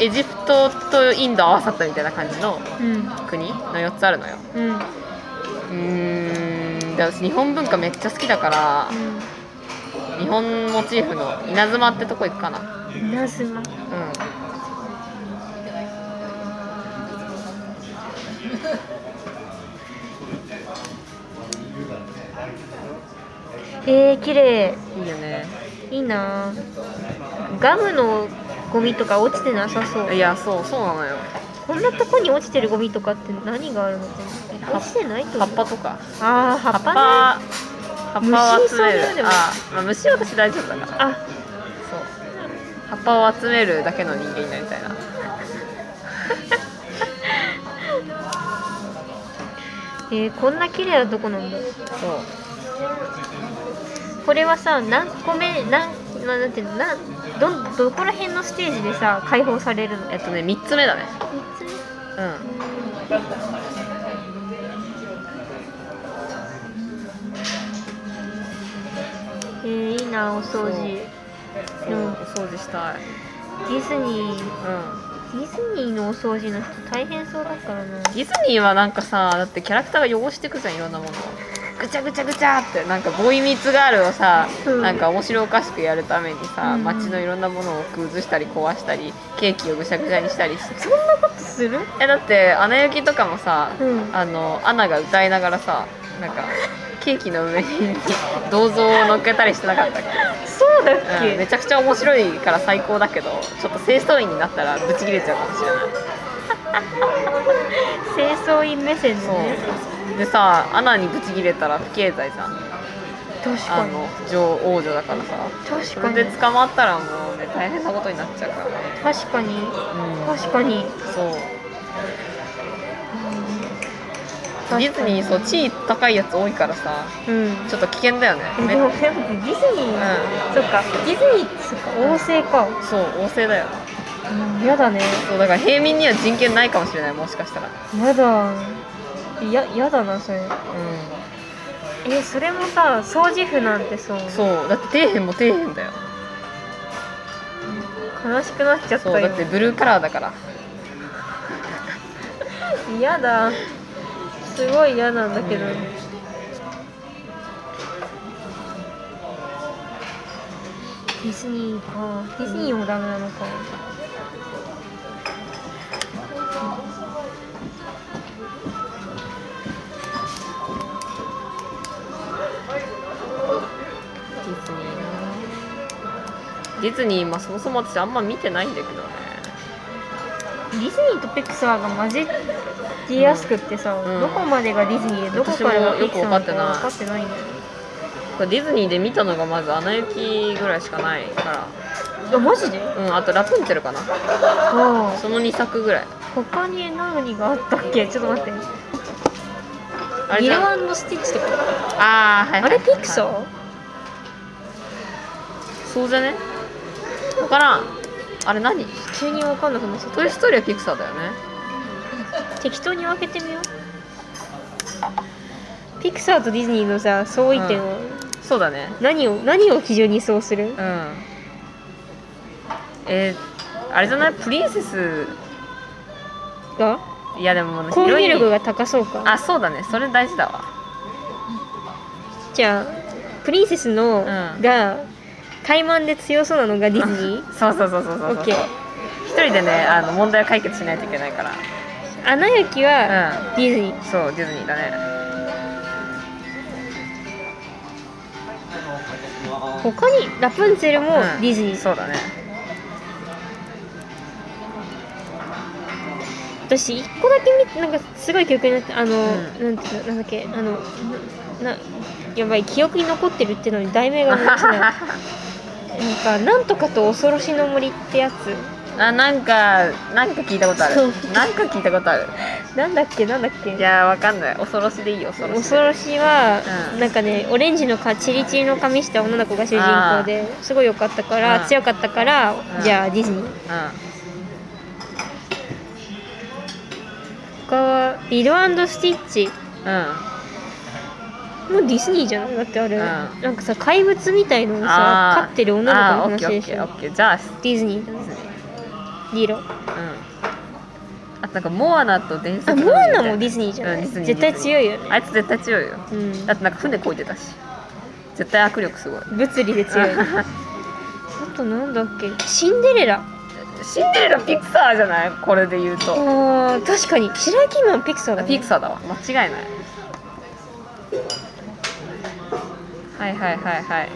[SPEAKER 1] エジプトとインド合わさったみたいな感じの
[SPEAKER 2] ーうん
[SPEAKER 1] 国の4つあるのよ
[SPEAKER 2] うんうん
[SPEAKER 1] うーんで私日本文化めっちゃ好きだから日本モチーフの稲妻ってとこ行くかな
[SPEAKER 2] ナズマ
[SPEAKER 1] うん
[SPEAKER 2] えー、綺麗
[SPEAKER 1] いいよね
[SPEAKER 2] いいなぁガムのゴミとか落ちてなさそう
[SPEAKER 1] いやそうそうなのよ
[SPEAKER 2] こんなとこに落ちてるゴミとかって何があるのかな落ちてないと
[SPEAKER 1] 葉
[SPEAKER 2] 思
[SPEAKER 1] っ
[SPEAKER 2] う
[SPEAKER 1] ぱとか
[SPEAKER 2] あー葉
[SPEAKER 1] 葉っ
[SPEAKER 2] っぱね
[SPEAKER 1] ぱ葉っぱを
[SPEAKER 2] 虫いそ
[SPEAKER 1] 集め
[SPEAKER 2] うだよで
[SPEAKER 1] る
[SPEAKER 2] も
[SPEAKER 1] あ、まあ、虫は私大丈夫だから
[SPEAKER 2] あ
[SPEAKER 1] そう葉っぱを集めるだけの人間になりたいな
[SPEAKER 2] えー、こんな綺麗なとこなんだ
[SPEAKER 1] そう
[SPEAKER 2] これはさ何個目何まあなんていうのなんどんどこら辺のステージでさ解放されるの
[SPEAKER 1] え
[SPEAKER 2] え
[SPEAKER 1] っとね3つ目だね
[SPEAKER 2] つ目
[SPEAKER 1] うん
[SPEAKER 2] えー、いいなお掃除
[SPEAKER 1] そうお掃除したい
[SPEAKER 2] ディズニー
[SPEAKER 1] うん
[SPEAKER 2] ディズニーのお掃除の人大変そうだからな
[SPEAKER 1] ディズニーはなんかさだってキャラクターが汚してくじゃんいろんなものをぐちゃぐちゃぐちゃってなんかボーイミーツガールをさ、
[SPEAKER 2] うん
[SPEAKER 1] なんか面白おかしくやるためにさ、
[SPEAKER 2] うん
[SPEAKER 1] 街のいろんなものを崩したり壊したりケーキをぐしゃぐしゃにしたりして
[SPEAKER 2] そんなことする
[SPEAKER 1] えだって「アナ雪」とかもさ、
[SPEAKER 2] うん
[SPEAKER 1] あのアナが歌いながらさなんかケーキの上に銅像を乗っけたりしてなかったっ
[SPEAKER 2] そうだっ
[SPEAKER 1] け、
[SPEAKER 2] け、
[SPEAKER 1] うんめちゃくちゃ面白いから最高だけどちょっと清掃員になったらブチ切れちゃうかもしれない
[SPEAKER 2] 清掃員目線でね
[SPEAKER 1] そうでさアナにブチ切れたら不敬罪じゃん
[SPEAKER 2] 確
[SPEAKER 1] あ
[SPEAKER 2] かに
[SPEAKER 1] の女王王女だからさそ
[SPEAKER 2] 確か
[SPEAKER 1] れで
[SPEAKER 2] に
[SPEAKER 1] 捕まったらもうね大変なことになっちゃうからね
[SPEAKER 2] 確かに
[SPEAKER 1] うん
[SPEAKER 2] 確かに
[SPEAKER 1] そう
[SPEAKER 2] かに
[SPEAKER 1] ディズニーそう地位高いやつ多いからさ
[SPEAKER 2] うん
[SPEAKER 1] ちょっと危険だよね
[SPEAKER 2] え
[SPEAKER 1] め
[SPEAKER 2] でもでもディズニー、そっかディズニーってそっか旺盛か、
[SPEAKER 1] そう旺盛だよ
[SPEAKER 2] うん、やだね
[SPEAKER 1] そうだから平民には人権ないかもしれないもしかしたら
[SPEAKER 2] やだややだなそれ
[SPEAKER 1] う
[SPEAKER 2] えそれもさ掃除婦なんてそう
[SPEAKER 1] そうだって底辺も底辺だよ
[SPEAKER 2] 悲しくなっちゃっ
[SPEAKER 1] そう
[SPEAKER 2] た
[SPEAKER 1] だ
[SPEAKER 2] よ
[SPEAKER 1] ってブルーカラーだから
[SPEAKER 2] やだすごい嫌なんだけど、
[SPEAKER 1] うん
[SPEAKER 2] ディズニーかディズニーもダメなのか
[SPEAKER 1] ディズニーなディズニーまあそもそも私あんま見てないんだけどね
[SPEAKER 2] ディズニーとピクサーが混じりやすくってさ、
[SPEAKER 1] うん
[SPEAKER 2] どこまでがディズニーでどこからが
[SPEAKER 1] 私
[SPEAKER 2] ピ
[SPEAKER 1] もよ
[SPEAKER 2] ク
[SPEAKER 1] く
[SPEAKER 2] サー
[SPEAKER 1] わか
[SPEAKER 2] なのか
[SPEAKER 1] ってない
[SPEAKER 2] 分かってないんだよね
[SPEAKER 1] ディズニーで見たのがまず「アナ雪」ぐらいしかないか
[SPEAKER 2] あマジで
[SPEAKER 1] らうんあと「ラプンツェル」かな
[SPEAKER 2] ああ
[SPEAKER 1] その2作ぐらい
[SPEAKER 2] 他に何があったっけちょっと待って
[SPEAKER 1] あれ
[SPEAKER 2] ギ
[SPEAKER 1] じゃん
[SPEAKER 2] ルワンド・スティッチとか
[SPEAKER 1] あーはい
[SPEAKER 2] あ
[SPEAKER 1] はい
[SPEAKER 2] れピクサ
[SPEAKER 1] はい
[SPEAKER 2] ー
[SPEAKER 1] そうじゃね分からんあれ何
[SPEAKER 2] 急に分かんなくなっちゃっ
[SPEAKER 1] トイ・ストーリーはピクサーだよね
[SPEAKER 2] た適当に分けてみようピクサーとディズニーのさ相違点を、
[SPEAKER 1] そうだね
[SPEAKER 2] 何を何を基準にそうする
[SPEAKER 1] うんえー、あれじゃないプリンセス
[SPEAKER 2] が
[SPEAKER 1] いやでももう
[SPEAKER 2] 購
[SPEAKER 1] ヒロイ
[SPEAKER 2] 入
[SPEAKER 1] ン
[SPEAKER 2] 力が高そうか
[SPEAKER 1] あそうだねそれ大事だわ
[SPEAKER 2] じゃあプリンセスの、
[SPEAKER 1] ん
[SPEAKER 2] が怠慢で強そうなのがディズニー
[SPEAKER 1] そうそうそうそうそう
[SPEAKER 2] オ
[SPEAKER 1] そう
[SPEAKER 2] ッケー
[SPEAKER 1] 一人でねあの問題を解決しないといけないから
[SPEAKER 2] アナ雪は
[SPEAKER 1] う
[SPEAKER 2] ディズニー、
[SPEAKER 1] んそうディズニーだね
[SPEAKER 2] 他にラプンツェルも
[SPEAKER 1] ん
[SPEAKER 2] ディズニー、
[SPEAKER 1] そうだね
[SPEAKER 2] 私一個だけ見てなんかすごい記憶になってあの、な
[SPEAKER 1] う
[SPEAKER 2] んていうのなんだっけあのななやばい記憶に残ってるってのに題名が思いつか ないなん
[SPEAKER 1] あ
[SPEAKER 2] か「なんとかと恐ろしの森」ってや
[SPEAKER 1] なんかなんか聞いたことある
[SPEAKER 2] そう
[SPEAKER 1] なんか聞いたことある
[SPEAKER 2] つなんだっけなんだっけ
[SPEAKER 1] いやわかんない恐ろしでいいよ恐ろしで
[SPEAKER 2] 恐ろしは、
[SPEAKER 1] うん
[SPEAKER 2] なんかねオレンジのかチリチリの髪した女の子が主人公ですごい良かったから、
[SPEAKER 1] うん
[SPEAKER 2] 強かったから、
[SPEAKER 1] ん
[SPEAKER 2] じゃあディズニー
[SPEAKER 1] う
[SPEAKER 2] 他はビルスティッチ
[SPEAKER 1] んうん
[SPEAKER 2] もうディズニーじゃないだってあれ、
[SPEAKER 1] うん
[SPEAKER 2] なんかさ怪物みたいのを
[SPEAKER 1] あー
[SPEAKER 2] さ飼ってる女の子の
[SPEAKER 1] あー
[SPEAKER 2] 話でしょ
[SPEAKER 1] オッケーオッケーオッケーじゃあ
[SPEAKER 2] ディズニーだねディロ
[SPEAKER 1] うんあとなんかモアナと伝説
[SPEAKER 2] あ
[SPEAKER 1] の
[SPEAKER 2] モアナ
[SPEAKER 1] みたい
[SPEAKER 2] もディズニーじゃない、
[SPEAKER 1] うんディズニー
[SPEAKER 2] 絶対強いよね
[SPEAKER 1] あいつ絶対強いよ
[SPEAKER 2] うん
[SPEAKER 1] だってなんか船こいてたし絶対握力すごい
[SPEAKER 2] 物理で強い あとなんだっけシンデレラ
[SPEAKER 1] シンデレラピクサーじゃないこれで言うと
[SPEAKER 2] あー確かに白雪姫もピクサーだ、ね、
[SPEAKER 1] ピクサーだわ間違いないはいはいはいはい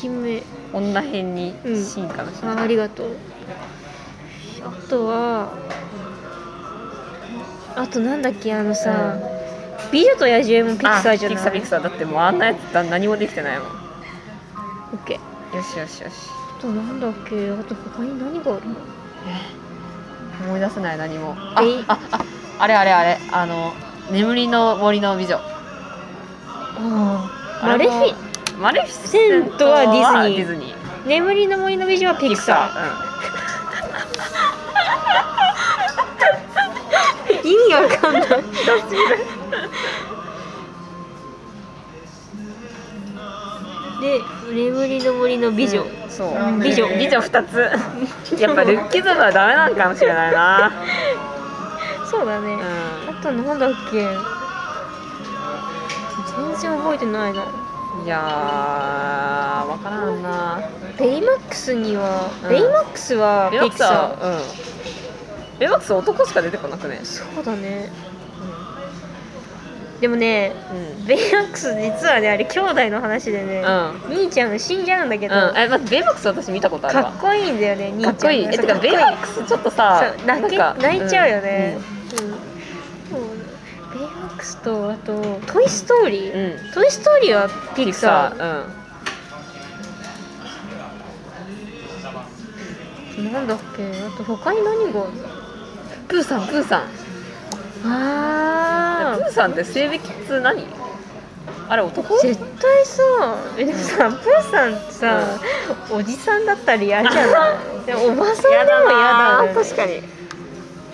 [SPEAKER 2] 姫
[SPEAKER 1] 女編に進化の
[SPEAKER 2] あ
[SPEAKER 1] 進
[SPEAKER 2] ー
[SPEAKER 1] 化
[SPEAKER 2] ありがとうあとはあとなんだっけあのさ、美女と野獣もピクサーじゃない
[SPEAKER 1] あピクサーピクサーだってもうあんなやつだ何もできてないもん
[SPEAKER 2] オッケー
[SPEAKER 1] よしよしよし
[SPEAKER 2] あとなんだっけあと他に何があるの
[SPEAKER 1] 思い出せない何もあ
[SPEAKER 2] えい
[SPEAKER 1] あああれあれあれあの眠りの森の美女
[SPEAKER 2] あー
[SPEAKER 1] あ
[SPEAKER 2] マ
[SPEAKER 1] れ
[SPEAKER 2] レ
[SPEAKER 1] も
[SPEAKER 2] フィ
[SPEAKER 1] マレフィセントはディズニー
[SPEAKER 2] 眠りの森の美女はピクサー意味わかんないで眠りの森の美女、
[SPEAKER 1] うんそう
[SPEAKER 2] うん美女
[SPEAKER 1] 美女2つやっぱルッキズムはダメなのかもしれないな
[SPEAKER 2] そうだね、
[SPEAKER 1] うん
[SPEAKER 2] あとなんだっけ全然覚えてないない
[SPEAKER 1] やー分からんな
[SPEAKER 2] ベイマックスには、
[SPEAKER 1] うん
[SPEAKER 2] ベイマックスは
[SPEAKER 1] ベイマ
[SPEAKER 2] ピク
[SPEAKER 1] ックス
[SPEAKER 2] サ
[SPEAKER 1] はうんベイマックスは男しか出てこなくね
[SPEAKER 2] ーそうだねでもね
[SPEAKER 1] うん
[SPEAKER 2] ベイマックス実はねあれ兄弟の話でね、
[SPEAKER 1] うん
[SPEAKER 2] 兄ちゃん死んじゃうんだけど、
[SPEAKER 1] うん、え、まずベイマックス私見たことある
[SPEAKER 2] か
[SPEAKER 1] わ。
[SPEAKER 2] っこいいんだよね兄ち
[SPEAKER 1] か
[SPEAKER 2] ゃん
[SPEAKER 1] っこいい。え、
[SPEAKER 2] そう
[SPEAKER 1] てか
[SPEAKER 2] っこい
[SPEAKER 1] ベイ
[SPEAKER 2] い
[SPEAKER 1] マックスちょっとさ
[SPEAKER 2] そう、泣け泣いちゃうよね、うんそうベイマックスとあと「トイ・ストーリ
[SPEAKER 1] うん。
[SPEAKER 2] ー」
[SPEAKER 1] うん
[SPEAKER 2] トイ・ストーリー」はピ
[SPEAKER 1] ピ
[SPEAKER 2] ク
[SPEAKER 1] クサ
[SPEAKER 2] サ
[SPEAKER 1] ー、うん。
[SPEAKER 2] ーなんだっけあと他に何が
[SPEAKER 1] プーさん、プーさん。
[SPEAKER 2] あ
[SPEAKER 1] プーさんって性別何？あれ男？
[SPEAKER 2] 絶対さえでもさプーさんってさ、おじさんだったら嫌じゃ ないでおばさんでも嫌だ、ね、
[SPEAKER 1] 確かに。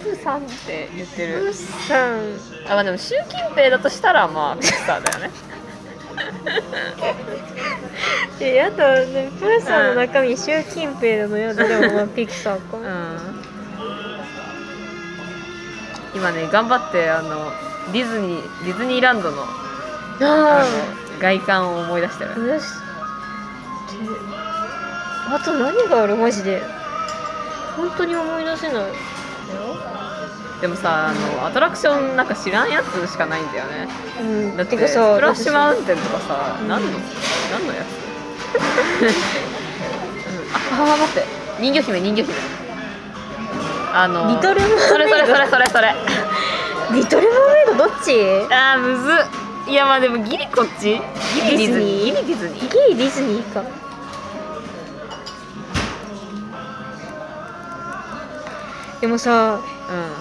[SPEAKER 1] プーさんって言って
[SPEAKER 2] プ
[SPEAKER 1] る
[SPEAKER 2] ー。さん
[SPEAKER 1] あ、まあでも習近平だとしたらまあピクサーだよね。
[SPEAKER 2] えやだ、ね、プーさんの中身習近平のやだでもまあピクサーか、
[SPEAKER 1] うん。今ね頑張ってあのディズニーディズニーランドのあ
[SPEAKER 2] あ
[SPEAKER 1] の外観を思い出したよね
[SPEAKER 2] よしあと何があるマジで本当に思い出せない
[SPEAKER 1] でもさあのアトラクションなんか知らんやつしかないんだよね
[SPEAKER 2] うん
[SPEAKER 1] だって
[SPEAKER 2] か
[SPEAKER 1] スプ
[SPEAKER 2] さ
[SPEAKER 1] ラッシュマウンテンとかさ、
[SPEAKER 2] うん
[SPEAKER 1] 何の何のやつ、 うんああ待って人魚姫人魚姫あの
[SPEAKER 2] リトルマーメイド
[SPEAKER 1] それそれそれそれそれ
[SPEAKER 2] リトル・マーメイドどっち
[SPEAKER 1] あーむずっいやまあでもギリこっちギリディズニーギリ
[SPEAKER 2] デ
[SPEAKER 1] ディズニー
[SPEAKER 2] ギリディズニーかでもさ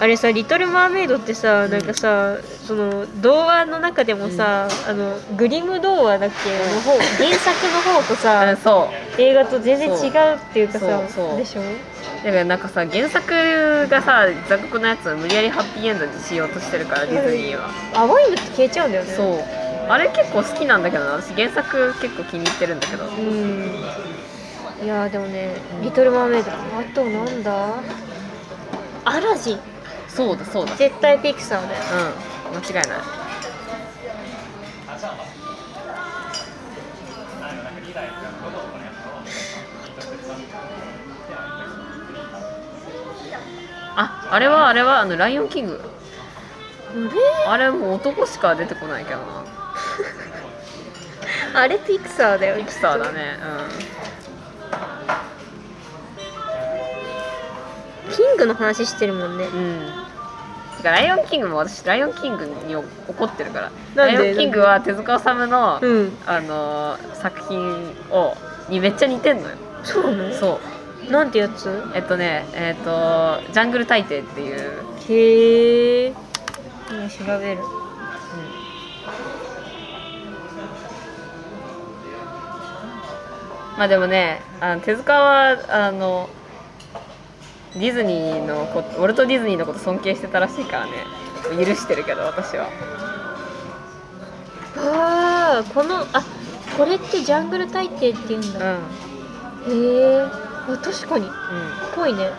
[SPEAKER 1] うん
[SPEAKER 2] あれさ「リトル・マーメイド」ってさなんかさ、その童話の中でもさ、あのグリム童話だっけの方原作の方と
[SPEAKER 1] うん
[SPEAKER 2] さ
[SPEAKER 1] そう
[SPEAKER 2] 映画と全然違うっていうかさ
[SPEAKER 1] そうそう
[SPEAKER 2] でしょ
[SPEAKER 1] だからなんかさ原作がさ残酷なやつを無理やりハッピーエンドにしようとしてるからディズニーは、
[SPEAKER 2] 淡いのって消えちゃうんだよね
[SPEAKER 1] そうあれ結構好きなんだけどな私原作結構気に入ってるんだけど
[SPEAKER 2] うんいやーでもね「リトル・マーメイド」あとなんだアラジン
[SPEAKER 1] そうだそうだうん
[SPEAKER 2] 絶対ピクサーだよ
[SPEAKER 1] 間違いないああれはあれはあの「ライオンキング」あれもう男しか出てこないけどな
[SPEAKER 2] あれあれピクサーだよ
[SPEAKER 1] ピクサーだね
[SPEAKER 2] キングの話してるもんね
[SPEAKER 1] うんうんてかライオンキングも私ライオンキングに怒ってるから
[SPEAKER 2] なんで
[SPEAKER 1] ライオンキングは手塚治虫の、
[SPEAKER 2] うん
[SPEAKER 1] あのー作品をにめっちゃ似てんのよ
[SPEAKER 2] そうなの
[SPEAKER 1] そう
[SPEAKER 2] なんてやつ
[SPEAKER 1] えっとねえっと「ジャングル大帝」っていう、
[SPEAKER 2] へえ今調べる
[SPEAKER 1] まあでもねあの手塚はあのディズニーのこウォルト・ディズニーのこと尊敬してたらしいからね許してるけど私は
[SPEAKER 2] ああこのあこれってジャングル大帝って言うん
[SPEAKER 1] うん、
[SPEAKER 2] だ、
[SPEAKER 1] うん、
[SPEAKER 2] へえあ確かにぽいね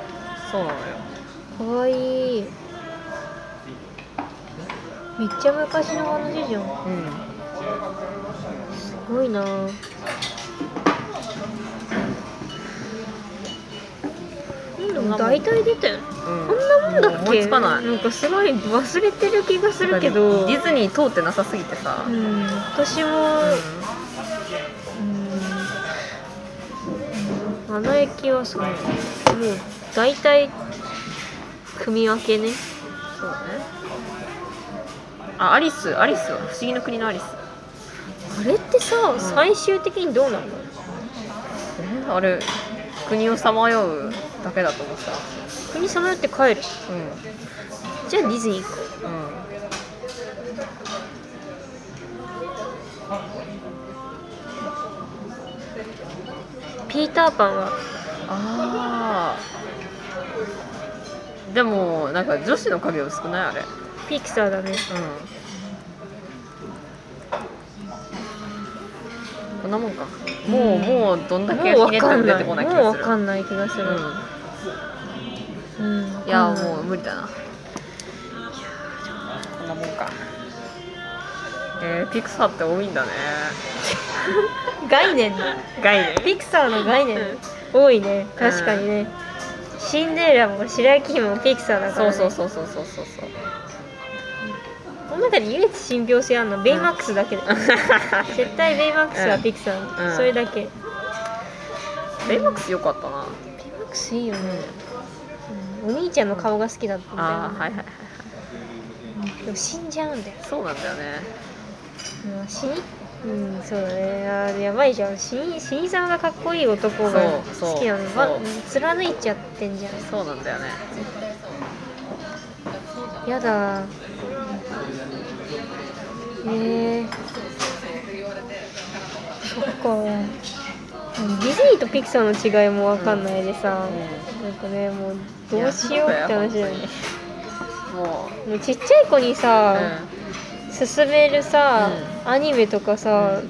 [SPEAKER 1] そうなのよ
[SPEAKER 2] かわいいめっちゃ昔の話じゃん
[SPEAKER 1] うん
[SPEAKER 2] すごいなうん大体出たよこんなもんだっけ
[SPEAKER 1] 思いつかない
[SPEAKER 2] なんかすごい忘れてる気がするけど
[SPEAKER 1] ディズニー通ってなさすぎてさ、うん
[SPEAKER 2] うん私も、うん、あの駅はそうもう大体組み分けね
[SPEAKER 1] そうねあアリスアリスは不思議の国のアリス
[SPEAKER 2] あれってさ、
[SPEAKER 1] ん
[SPEAKER 2] 最終的にどうなの
[SPEAKER 1] えあれ国をさまようだけだと思ってた
[SPEAKER 2] 国さまよって帰る
[SPEAKER 1] うん
[SPEAKER 2] じゃあディズニー行こ
[SPEAKER 1] うん
[SPEAKER 2] うピーターパンは
[SPEAKER 1] あーでもなんか女子の影薄くないあれ
[SPEAKER 2] ピクサーだね
[SPEAKER 1] うんこんなもんかもう、
[SPEAKER 2] うん
[SPEAKER 1] もうどんだけ
[SPEAKER 2] もう
[SPEAKER 1] ひ
[SPEAKER 2] 分
[SPEAKER 1] ねっ
[SPEAKER 2] かんな
[SPEAKER 1] ても出て
[SPEAKER 2] いも
[SPEAKER 1] こ
[SPEAKER 2] う
[SPEAKER 1] ない気がす
[SPEAKER 2] 分
[SPEAKER 1] る
[SPEAKER 2] かんない気がする、うん
[SPEAKER 1] うん、いや
[SPEAKER 2] 分かんない
[SPEAKER 1] もう無理だなこんなもんかえー、ピクサーって多いんだね
[SPEAKER 2] 概念だ
[SPEAKER 1] 概念
[SPEAKER 2] ピクサーの概念多いね確かにね、シンデレラも白雪姫もピクサーだから、
[SPEAKER 1] そう
[SPEAKER 2] ね、
[SPEAKER 1] そうそうそうそうそうそう
[SPEAKER 2] この中で唯一信憑性あるのはベイマックスだけだ、 絶対ベイマックスはピクサー、
[SPEAKER 1] うん
[SPEAKER 2] それだけベ
[SPEAKER 1] ベイマックス良かったな
[SPEAKER 2] イマックスいいよね、うんお兄ちゃんの顔が好きだったみたいな
[SPEAKER 1] あ、ーはいはいはい
[SPEAKER 2] でも死んじゃうんだよ、
[SPEAKER 1] そうなんだよね
[SPEAKER 2] うん、死にうんそうだねあーやばいじゃん死に死に様がかっこいい男が
[SPEAKER 1] そうそう
[SPEAKER 2] 好きなのば
[SPEAKER 1] そう
[SPEAKER 2] 貫いちゃってんじゃん
[SPEAKER 1] そうなんだよね
[SPEAKER 2] やだえー、そっかディズニーとピクサーの違いもわかんないでさ、なんかねもうどうしようって話だよね
[SPEAKER 1] も
[SPEAKER 2] もうちっちゃい子に
[SPEAKER 1] う、う
[SPEAKER 2] さ、
[SPEAKER 1] ん、
[SPEAKER 2] 勧めるさ、アニメとかさ、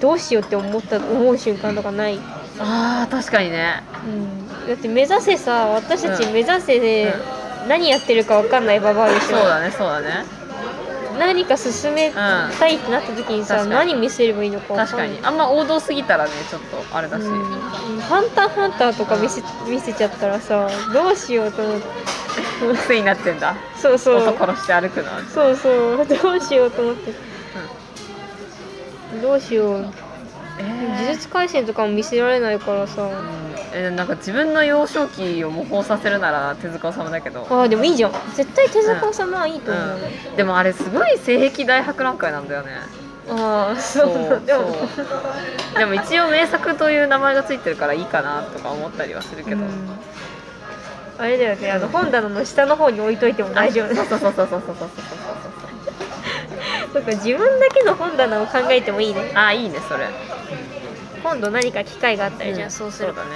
[SPEAKER 2] どうしようって思った思う瞬間とかない、
[SPEAKER 1] あー確かにね
[SPEAKER 2] だって目指せさ私たち
[SPEAKER 1] うん
[SPEAKER 2] 目指せで、何やってるかわかんないババアでしょ
[SPEAKER 1] そうだねそうだね
[SPEAKER 2] 何か進めたいってなった時にさ、
[SPEAKER 1] うん
[SPEAKER 2] 何見せればいいのかわ
[SPEAKER 1] 確
[SPEAKER 2] かん
[SPEAKER 1] か
[SPEAKER 2] ない
[SPEAKER 1] にあんま王道すぎたらねちょっとあれだし、
[SPEAKER 2] うんハンターハンターとか見せ見せちゃったらさどうしようと思って
[SPEAKER 1] 癖になってんだ
[SPEAKER 2] そうそう
[SPEAKER 1] 音殺して歩くのは
[SPEAKER 2] そうそうどうしようと思って、どうしよう
[SPEAKER 1] え
[SPEAKER 2] 呪
[SPEAKER 1] ー
[SPEAKER 2] 術廻戦とかも見せられないからさ
[SPEAKER 1] えなんか自分の幼少期を模倣させるなら手塚治虫だけど、
[SPEAKER 2] あーでもいいじゃん絶対手塚治虫はいいと思う、
[SPEAKER 1] うん、でもあれすごい性癖大博覧会なんだよね
[SPEAKER 2] ああそうでも
[SPEAKER 1] そうでも一応名作という名前がついてるからいいかなとか思ったりはするけ
[SPEAKER 2] う
[SPEAKER 1] ど、
[SPEAKER 2] んあれだよねあの本棚の下の方に置いといても大丈夫
[SPEAKER 1] そ
[SPEAKER 2] そう
[SPEAKER 1] そうそうそうそうそうそうそう
[SPEAKER 2] っか自分だけの本棚を考えてもいいね
[SPEAKER 1] ああいいねそれ
[SPEAKER 2] 今度何か機会があったらじゃ
[SPEAKER 1] ん
[SPEAKER 2] あそうする
[SPEAKER 1] だね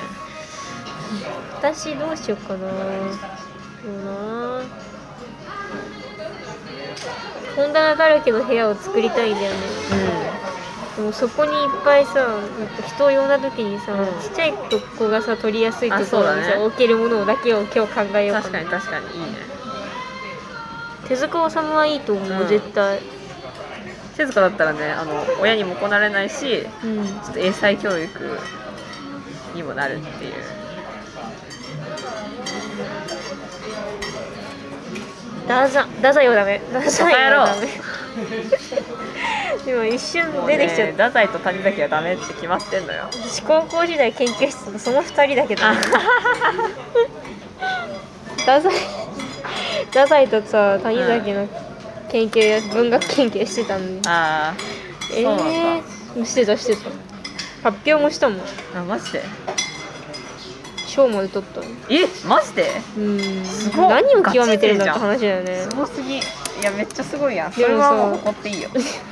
[SPEAKER 2] 私どうしようかなそうな本棚だらけの部屋を作りたいんだよねでもそこにいっぱいさなんか人を呼んだ時にさ、
[SPEAKER 1] うん
[SPEAKER 2] ちっちゃい子がさ取りやすいと
[SPEAKER 1] あ
[SPEAKER 2] こ
[SPEAKER 1] そう
[SPEAKER 2] ろ
[SPEAKER 1] だ
[SPEAKER 2] に
[SPEAKER 1] ね
[SPEAKER 2] さ、置けるものだけを今日考え
[SPEAKER 1] うん
[SPEAKER 2] ようかな
[SPEAKER 1] 確かに確かにいいね
[SPEAKER 2] 手塚治虫はいいと思う、
[SPEAKER 1] うん
[SPEAKER 2] 絶対
[SPEAKER 1] 静子だったらねあの親にもこなれないしち
[SPEAKER 2] うん
[SPEAKER 1] ょっと英才教育にもなるっていう
[SPEAKER 2] ダザダザよダメダザ
[SPEAKER 1] バカ野郎
[SPEAKER 2] よ ダメでも一瞬出てきちゃった
[SPEAKER 1] た太宰と谷崎はダメって決まってんのよ
[SPEAKER 2] 私高校時代研究室のその2人だけど
[SPEAKER 1] あ
[SPEAKER 2] ダザイダザイとさ谷崎の研究や、文学研究してたんで
[SPEAKER 1] あ
[SPEAKER 2] え
[SPEAKER 1] ーそうな
[SPEAKER 2] え
[SPEAKER 1] んだ
[SPEAKER 2] ー、してたしてた発表もしたもん
[SPEAKER 1] あマジで
[SPEAKER 2] 賞まで取ったの
[SPEAKER 1] えマジで
[SPEAKER 2] うん
[SPEAKER 1] すごい
[SPEAKER 2] 何を極めてるんだって話だよね
[SPEAKER 1] すごすぎいやめっちゃすごいやんそ
[SPEAKER 2] でもさ
[SPEAKER 1] れはもう誇っていいよ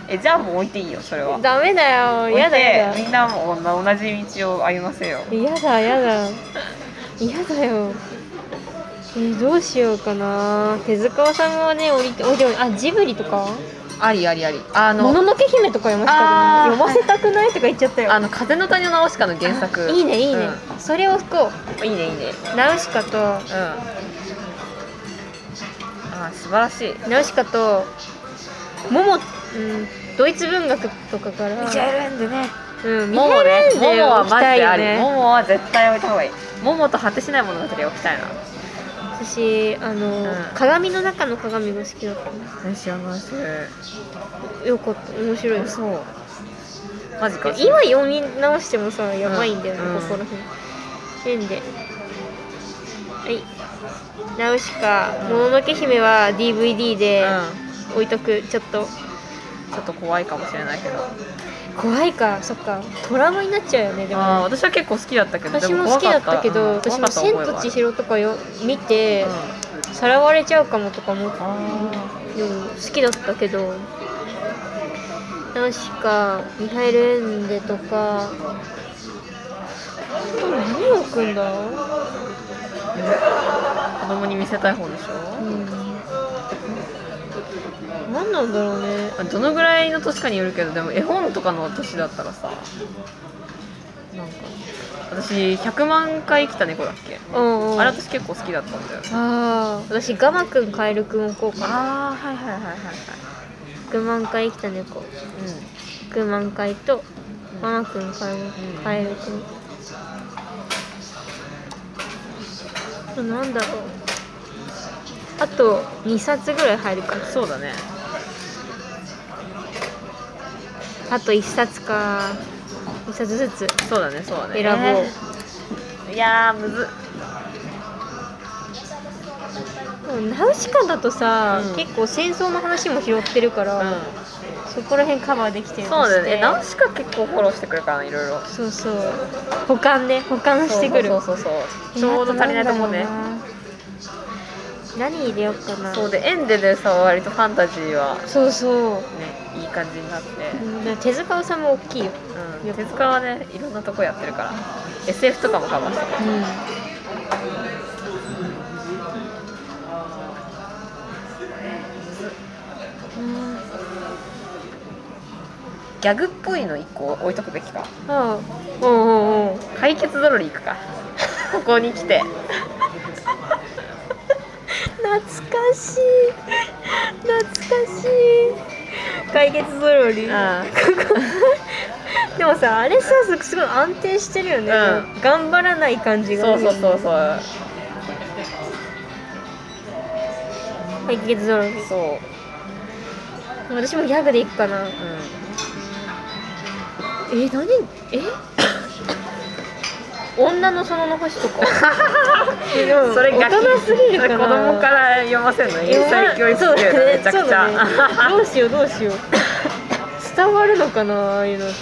[SPEAKER 1] えじゃあもう置いていいよそれは
[SPEAKER 2] ダメだよ
[SPEAKER 1] 置い
[SPEAKER 2] やだ
[SPEAKER 1] て
[SPEAKER 2] やだ
[SPEAKER 1] みんなも同じ道を歩ませよう
[SPEAKER 2] やだやだやだよえーどうしようかな手塚治虫はね置いて置いてあジブリとか
[SPEAKER 1] ありありありあ
[SPEAKER 2] 「もの
[SPEAKER 1] の
[SPEAKER 2] のけ姫」とか読ませたくな
[SPEAKER 1] あ
[SPEAKER 2] い
[SPEAKER 1] ー
[SPEAKER 2] 読ませたくないとか言っちゃったよ
[SPEAKER 1] あの風の谷のナウシカの原作
[SPEAKER 2] いいねいいね、それを吹こ
[SPEAKER 1] うんいいねいいね
[SPEAKER 2] うナウシカと
[SPEAKER 1] うんあー素晴らしい
[SPEAKER 2] ナウシカとモモ、うん、ドイツ文学とかから
[SPEAKER 1] エル・エンデね
[SPEAKER 2] うん、ミ
[SPEAKER 1] モモね
[SPEAKER 2] ハイルエン
[SPEAKER 1] モ
[SPEAKER 2] デ
[SPEAKER 1] モは
[SPEAKER 2] を置き
[SPEAKER 1] マ
[SPEAKER 2] た
[SPEAKER 1] ジ
[SPEAKER 2] い
[SPEAKER 1] で
[SPEAKER 2] よ
[SPEAKER 1] あり
[SPEAKER 2] ね
[SPEAKER 1] モモは絶対置いた方がいいモモと果てしない物語置きたいな
[SPEAKER 2] 私あの、
[SPEAKER 1] うん
[SPEAKER 2] 鏡の中の鏡が好きだったの
[SPEAKER 1] 知らないそれ
[SPEAKER 2] よかった面白いです
[SPEAKER 1] そうマジか
[SPEAKER 2] 今読み直してもさやばいんだよね、
[SPEAKER 1] うん
[SPEAKER 2] ここら辺なんではいナウシカ
[SPEAKER 1] うん
[SPEAKER 2] もののけ姫は DVD で
[SPEAKER 1] う
[SPEAKER 2] 置いとくちょっと
[SPEAKER 1] んちょっと怖いかもしれないけど
[SPEAKER 2] 怖いかそっかトラウマになっちゃうよねで
[SPEAKER 1] あー
[SPEAKER 2] も
[SPEAKER 1] 私は結構好きだったけど
[SPEAKER 2] 私も好きだったけど、私も「千と千
[SPEAKER 1] 尋
[SPEAKER 2] 尋」とかよ見て、さらわれちゃうかもとか思って
[SPEAKER 1] あ
[SPEAKER 2] でも好きだったけどナウシカミハイル・エンデとか何を置くんだ
[SPEAKER 1] ー子供に見せたい方でし
[SPEAKER 2] う
[SPEAKER 1] ょ
[SPEAKER 2] ん何なんだろうね
[SPEAKER 1] どのぐらいの年かによるけどでも絵本とかの年だったらさなんか私100万回来た猫だっけ
[SPEAKER 2] うんうん
[SPEAKER 1] あれ私結構好きだったんだよ
[SPEAKER 2] あー私ガマくんカエルくん置こうかな
[SPEAKER 1] ああはいはいはいはいはい
[SPEAKER 2] 9万回生きた猫9万回とママくんカエルカエルくんあとなんだろうあと2冊ぐらい入るかな
[SPEAKER 1] うんそうだね
[SPEAKER 2] あと1冊か1冊ずつ
[SPEAKER 1] そうだねそうだね
[SPEAKER 2] 選ぼう、
[SPEAKER 1] いやーむずっ
[SPEAKER 2] でもナウシカだとさ、
[SPEAKER 1] うん
[SPEAKER 2] 結構戦争の話も拾ってるから、
[SPEAKER 1] う
[SPEAKER 2] そこら辺カバーできて
[SPEAKER 1] ん
[SPEAKER 2] る
[SPEAKER 1] そうだねえナ
[SPEAKER 2] ナ
[SPEAKER 1] ウシカ結構フォローしてくるからないろいろ
[SPEAKER 2] そうそう保管ね保管してくる
[SPEAKER 1] そうそうそうそうちょうど足りないと思うね
[SPEAKER 2] 何入れようかな
[SPEAKER 1] そうでエンデでさ割とファンタジーは
[SPEAKER 2] そうそう
[SPEAKER 1] ねいい感じになって、
[SPEAKER 2] うんだから手塚治虫も大きいよ、
[SPEAKER 1] うん手塚はねいろんなとこやってるから SF とかもカバーしてる
[SPEAKER 2] うん
[SPEAKER 1] ギャグっぽいの1個置いとくべきか
[SPEAKER 2] ああうんうんうん
[SPEAKER 1] 解決ドロリー行くかここに来て
[SPEAKER 2] 懐かしい懐かしい解決ぞろり
[SPEAKER 1] あ
[SPEAKER 2] でもさあれさすごい安定してるよね、
[SPEAKER 1] う
[SPEAKER 2] 頑張らない感じが
[SPEAKER 1] そうそうそうそう
[SPEAKER 2] 解決ぞろり
[SPEAKER 1] そう
[SPEAKER 2] 私もギャグでいくかな
[SPEAKER 1] う
[SPEAKER 2] え何え女の園の星とか
[SPEAKER 1] んそれ
[SPEAKER 2] 大
[SPEAKER 1] ガキ
[SPEAKER 2] 人すぎるかな
[SPEAKER 1] 子供から読ませるの英才教育
[SPEAKER 2] そう
[SPEAKER 1] だ
[SPEAKER 2] だ
[SPEAKER 1] よ
[SPEAKER 2] ね
[SPEAKER 1] ねめちゃ
[SPEAKER 2] そう
[SPEAKER 1] くち
[SPEAKER 2] だね
[SPEAKER 1] ゃ
[SPEAKER 2] どうしようどうしよう伝わるのかなああいうのって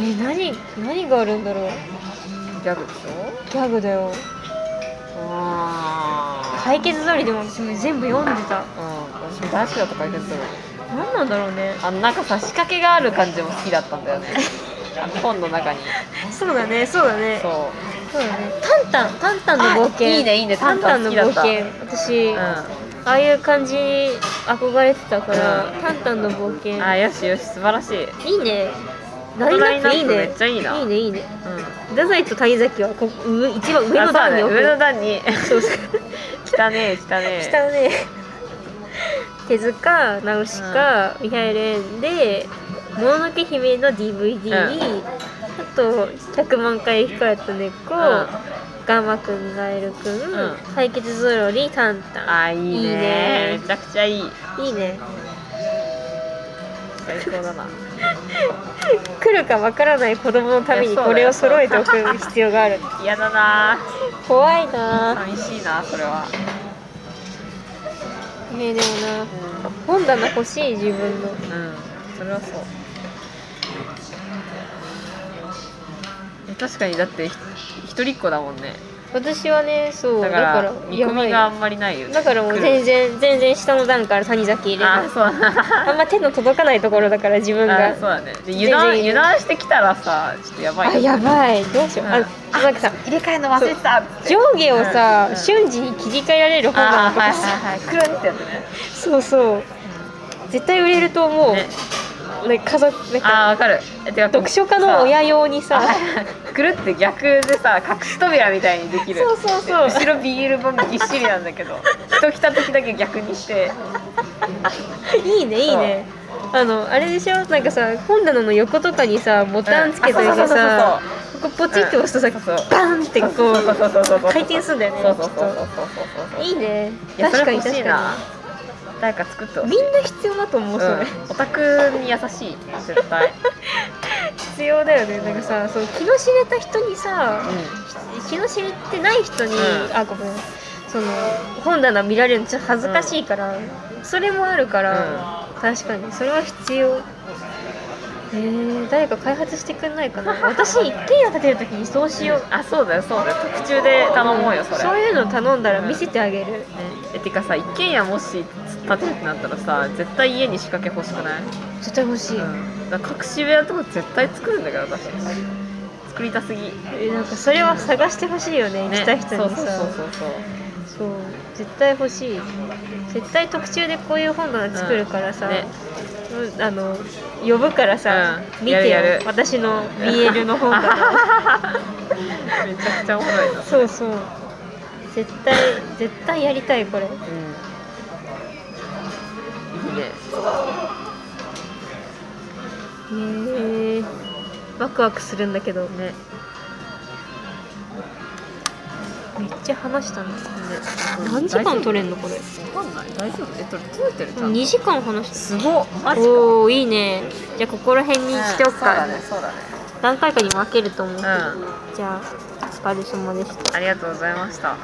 [SPEAKER 2] え何何があるんだろう
[SPEAKER 1] ギャグでしょ
[SPEAKER 2] ギャグだよ
[SPEAKER 1] あ
[SPEAKER 2] 解決通りでも私も全部読んでた
[SPEAKER 1] あうん私も大好きだった解決する
[SPEAKER 2] 何なんだろうね
[SPEAKER 1] あのなんかさ仕掛けがある感じも好きだったんだよねあの本の中に
[SPEAKER 2] そうだねそうだね
[SPEAKER 1] そう
[SPEAKER 2] そうだねタンタンタンタンの冒険
[SPEAKER 1] あいいねいいねタンタン
[SPEAKER 2] の
[SPEAKER 1] 好きだ
[SPEAKER 2] 冒
[SPEAKER 1] った
[SPEAKER 2] 険私、
[SPEAKER 1] うん
[SPEAKER 2] ああいう感じに憧れてたから、
[SPEAKER 1] う
[SPEAKER 2] タンタンの冒険
[SPEAKER 1] あよしよし素晴らしい
[SPEAKER 2] いいねラインナ
[SPEAKER 1] ライン
[SPEAKER 2] ッ
[SPEAKER 1] ナ
[SPEAKER 2] プいい
[SPEAKER 1] ップ
[SPEAKER 2] ね
[SPEAKER 1] めっちゃいいない
[SPEAKER 2] いねいいね
[SPEAKER 1] う
[SPEAKER 2] 太宰と谷崎はここ上一番
[SPEAKER 1] ん
[SPEAKER 2] 上の
[SPEAKER 1] あそう
[SPEAKER 2] 段
[SPEAKER 1] だ
[SPEAKER 2] に
[SPEAKER 1] ね
[SPEAKER 2] 置く
[SPEAKER 1] 上の段に
[SPEAKER 2] そうそう
[SPEAKER 1] 汚ねえ汚ねえ
[SPEAKER 2] 下ね手塚ナウシカ、ミハエル・エンで「もののけ姫」の DVD に、
[SPEAKER 1] う
[SPEAKER 2] あと「100万回光った猫」
[SPEAKER 1] うん
[SPEAKER 2] ガンマくんガエルくん、
[SPEAKER 1] ん
[SPEAKER 2] 解決ゾロリタンタン
[SPEAKER 1] あいい
[SPEAKER 2] いい
[SPEAKER 1] ね
[SPEAKER 2] ね
[SPEAKER 1] めちゃくちゃいい
[SPEAKER 2] いいね
[SPEAKER 1] 最高だな
[SPEAKER 2] 来るかわからない子供のためにこれを揃えておく必要 がある
[SPEAKER 1] 嫌だな
[SPEAKER 2] 怖いな
[SPEAKER 1] 寂しいなそれは、
[SPEAKER 2] えーでもな本棚欲しい自分の
[SPEAKER 1] うん、それはそう確かにだってひ一人っ子だもんね
[SPEAKER 2] 私はねそう
[SPEAKER 1] だ
[SPEAKER 2] だ
[SPEAKER 1] か
[SPEAKER 2] から
[SPEAKER 1] ら見
[SPEAKER 2] や
[SPEAKER 1] 込
[SPEAKER 2] ば
[SPEAKER 1] み
[SPEAKER 2] い
[SPEAKER 1] があんまりないよね
[SPEAKER 2] だからもう全然全然下の段から谷崎入れる
[SPEAKER 1] あそうだ
[SPEAKER 2] あんま手の届かないところだから自分が
[SPEAKER 1] あそうだねで
[SPEAKER 2] 全然
[SPEAKER 1] 油断油断してきたらさちょっとやばい
[SPEAKER 2] あ
[SPEAKER 1] よ
[SPEAKER 2] やばいどうしよう、
[SPEAKER 1] うん
[SPEAKER 2] あなんかさ
[SPEAKER 1] 入れ替えの忘れてたっつって
[SPEAKER 2] 上下をさ、
[SPEAKER 1] うん
[SPEAKER 2] 瞬時に切り替えられる本
[SPEAKER 1] あ
[SPEAKER 2] 棚
[SPEAKER 1] ー
[SPEAKER 2] と
[SPEAKER 1] はい
[SPEAKER 2] かさ、
[SPEAKER 1] はいはいくるんってやつね
[SPEAKER 2] そうそう絶対売れると思う、
[SPEAKER 1] ね
[SPEAKER 2] なんか家族なん
[SPEAKER 1] あー
[SPEAKER 2] か
[SPEAKER 1] わかるえてか
[SPEAKER 2] 読書家の親用にさ
[SPEAKER 1] さ くるって逆でさ隠し扉みたいにできる
[SPEAKER 2] そうそうそう
[SPEAKER 1] 後ろビール本ぎっしりなんだけど人来た時だけ逆にして
[SPEAKER 2] いいねいいねあのあれでしょなんかさ本棚の横とかにさボタンつけとい
[SPEAKER 1] うんあそう
[SPEAKER 2] て
[SPEAKER 1] そうそう
[SPEAKER 2] さここポチって押すとさ、
[SPEAKER 1] うんそうそう
[SPEAKER 2] バーンってこ
[SPEAKER 1] そうそうそうそうそう
[SPEAKER 2] う回転するんだよね
[SPEAKER 1] そうそうそうそ
[SPEAKER 2] きっと
[SPEAKER 1] うそうそうそう
[SPEAKER 2] いいね
[SPEAKER 1] いや
[SPEAKER 2] 確
[SPEAKER 1] そ
[SPEAKER 2] か
[SPEAKER 1] れ
[SPEAKER 2] に
[SPEAKER 1] 欲し
[SPEAKER 2] 確
[SPEAKER 1] いな
[SPEAKER 2] か
[SPEAKER 1] 誰か作ってほ
[SPEAKER 2] に
[SPEAKER 1] しい
[SPEAKER 2] みんな必要だと思うそれ、
[SPEAKER 1] うんオタクに優しい絶対
[SPEAKER 2] 必要だよねなんかさそう気の知れた人にさ
[SPEAKER 1] う
[SPEAKER 2] ひ気の知れてない人に、
[SPEAKER 1] うん
[SPEAKER 2] あごめんその本棚見られるのちょっと恥ずかしいから、それもあるから、確かにそれは必要えー、誰か開発してくんないかな私一軒家建てる時にそうしよう、
[SPEAKER 1] んあそうだよそうだよ特注で頼もうよそれ
[SPEAKER 2] そういうの頼んだら見せてあげる、
[SPEAKER 1] えてかさ一軒家もし建てるってなったらさ絶対家に仕掛け欲しくない、
[SPEAKER 2] 絶対欲しい、
[SPEAKER 1] うん、だから隠し部屋とか絶対作るんだから私作りたすぎね
[SPEAKER 2] えなんかそれは探してほしいよね来た人にさ
[SPEAKER 1] そうそうそうそう
[SPEAKER 2] そう絶対欲しい絶対特注でこういう本棚作るからさ、
[SPEAKER 1] うんね
[SPEAKER 2] うんあの呼ぶからさ、
[SPEAKER 1] うん
[SPEAKER 2] 見てよ
[SPEAKER 1] やるやる
[SPEAKER 2] 私の BL の本 棚
[SPEAKER 1] めちゃくちゃおもろいな、
[SPEAKER 2] そうそう絶対絶対やりたいこれ
[SPEAKER 1] うん、いいね
[SPEAKER 2] へえワクワクするんだけど
[SPEAKER 1] ね
[SPEAKER 2] めっちゃ話したんだ
[SPEAKER 1] ね
[SPEAKER 2] 何時間取れんのこれ
[SPEAKER 1] わかんない大丈夫え取れ取れてるちゃんと
[SPEAKER 2] 2時間話した
[SPEAKER 1] すごっマジか
[SPEAKER 2] おおいいねじゃあここら辺にしておくか、
[SPEAKER 1] うんそうだね
[SPEAKER 2] 何回かに分けると思うけ
[SPEAKER 1] そう
[SPEAKER 2] ど、
[SPEAKER 1] だね
[SPEAKER 2] じゃあお疲れ様でした
[SPEAKER 1] うんありがとうございました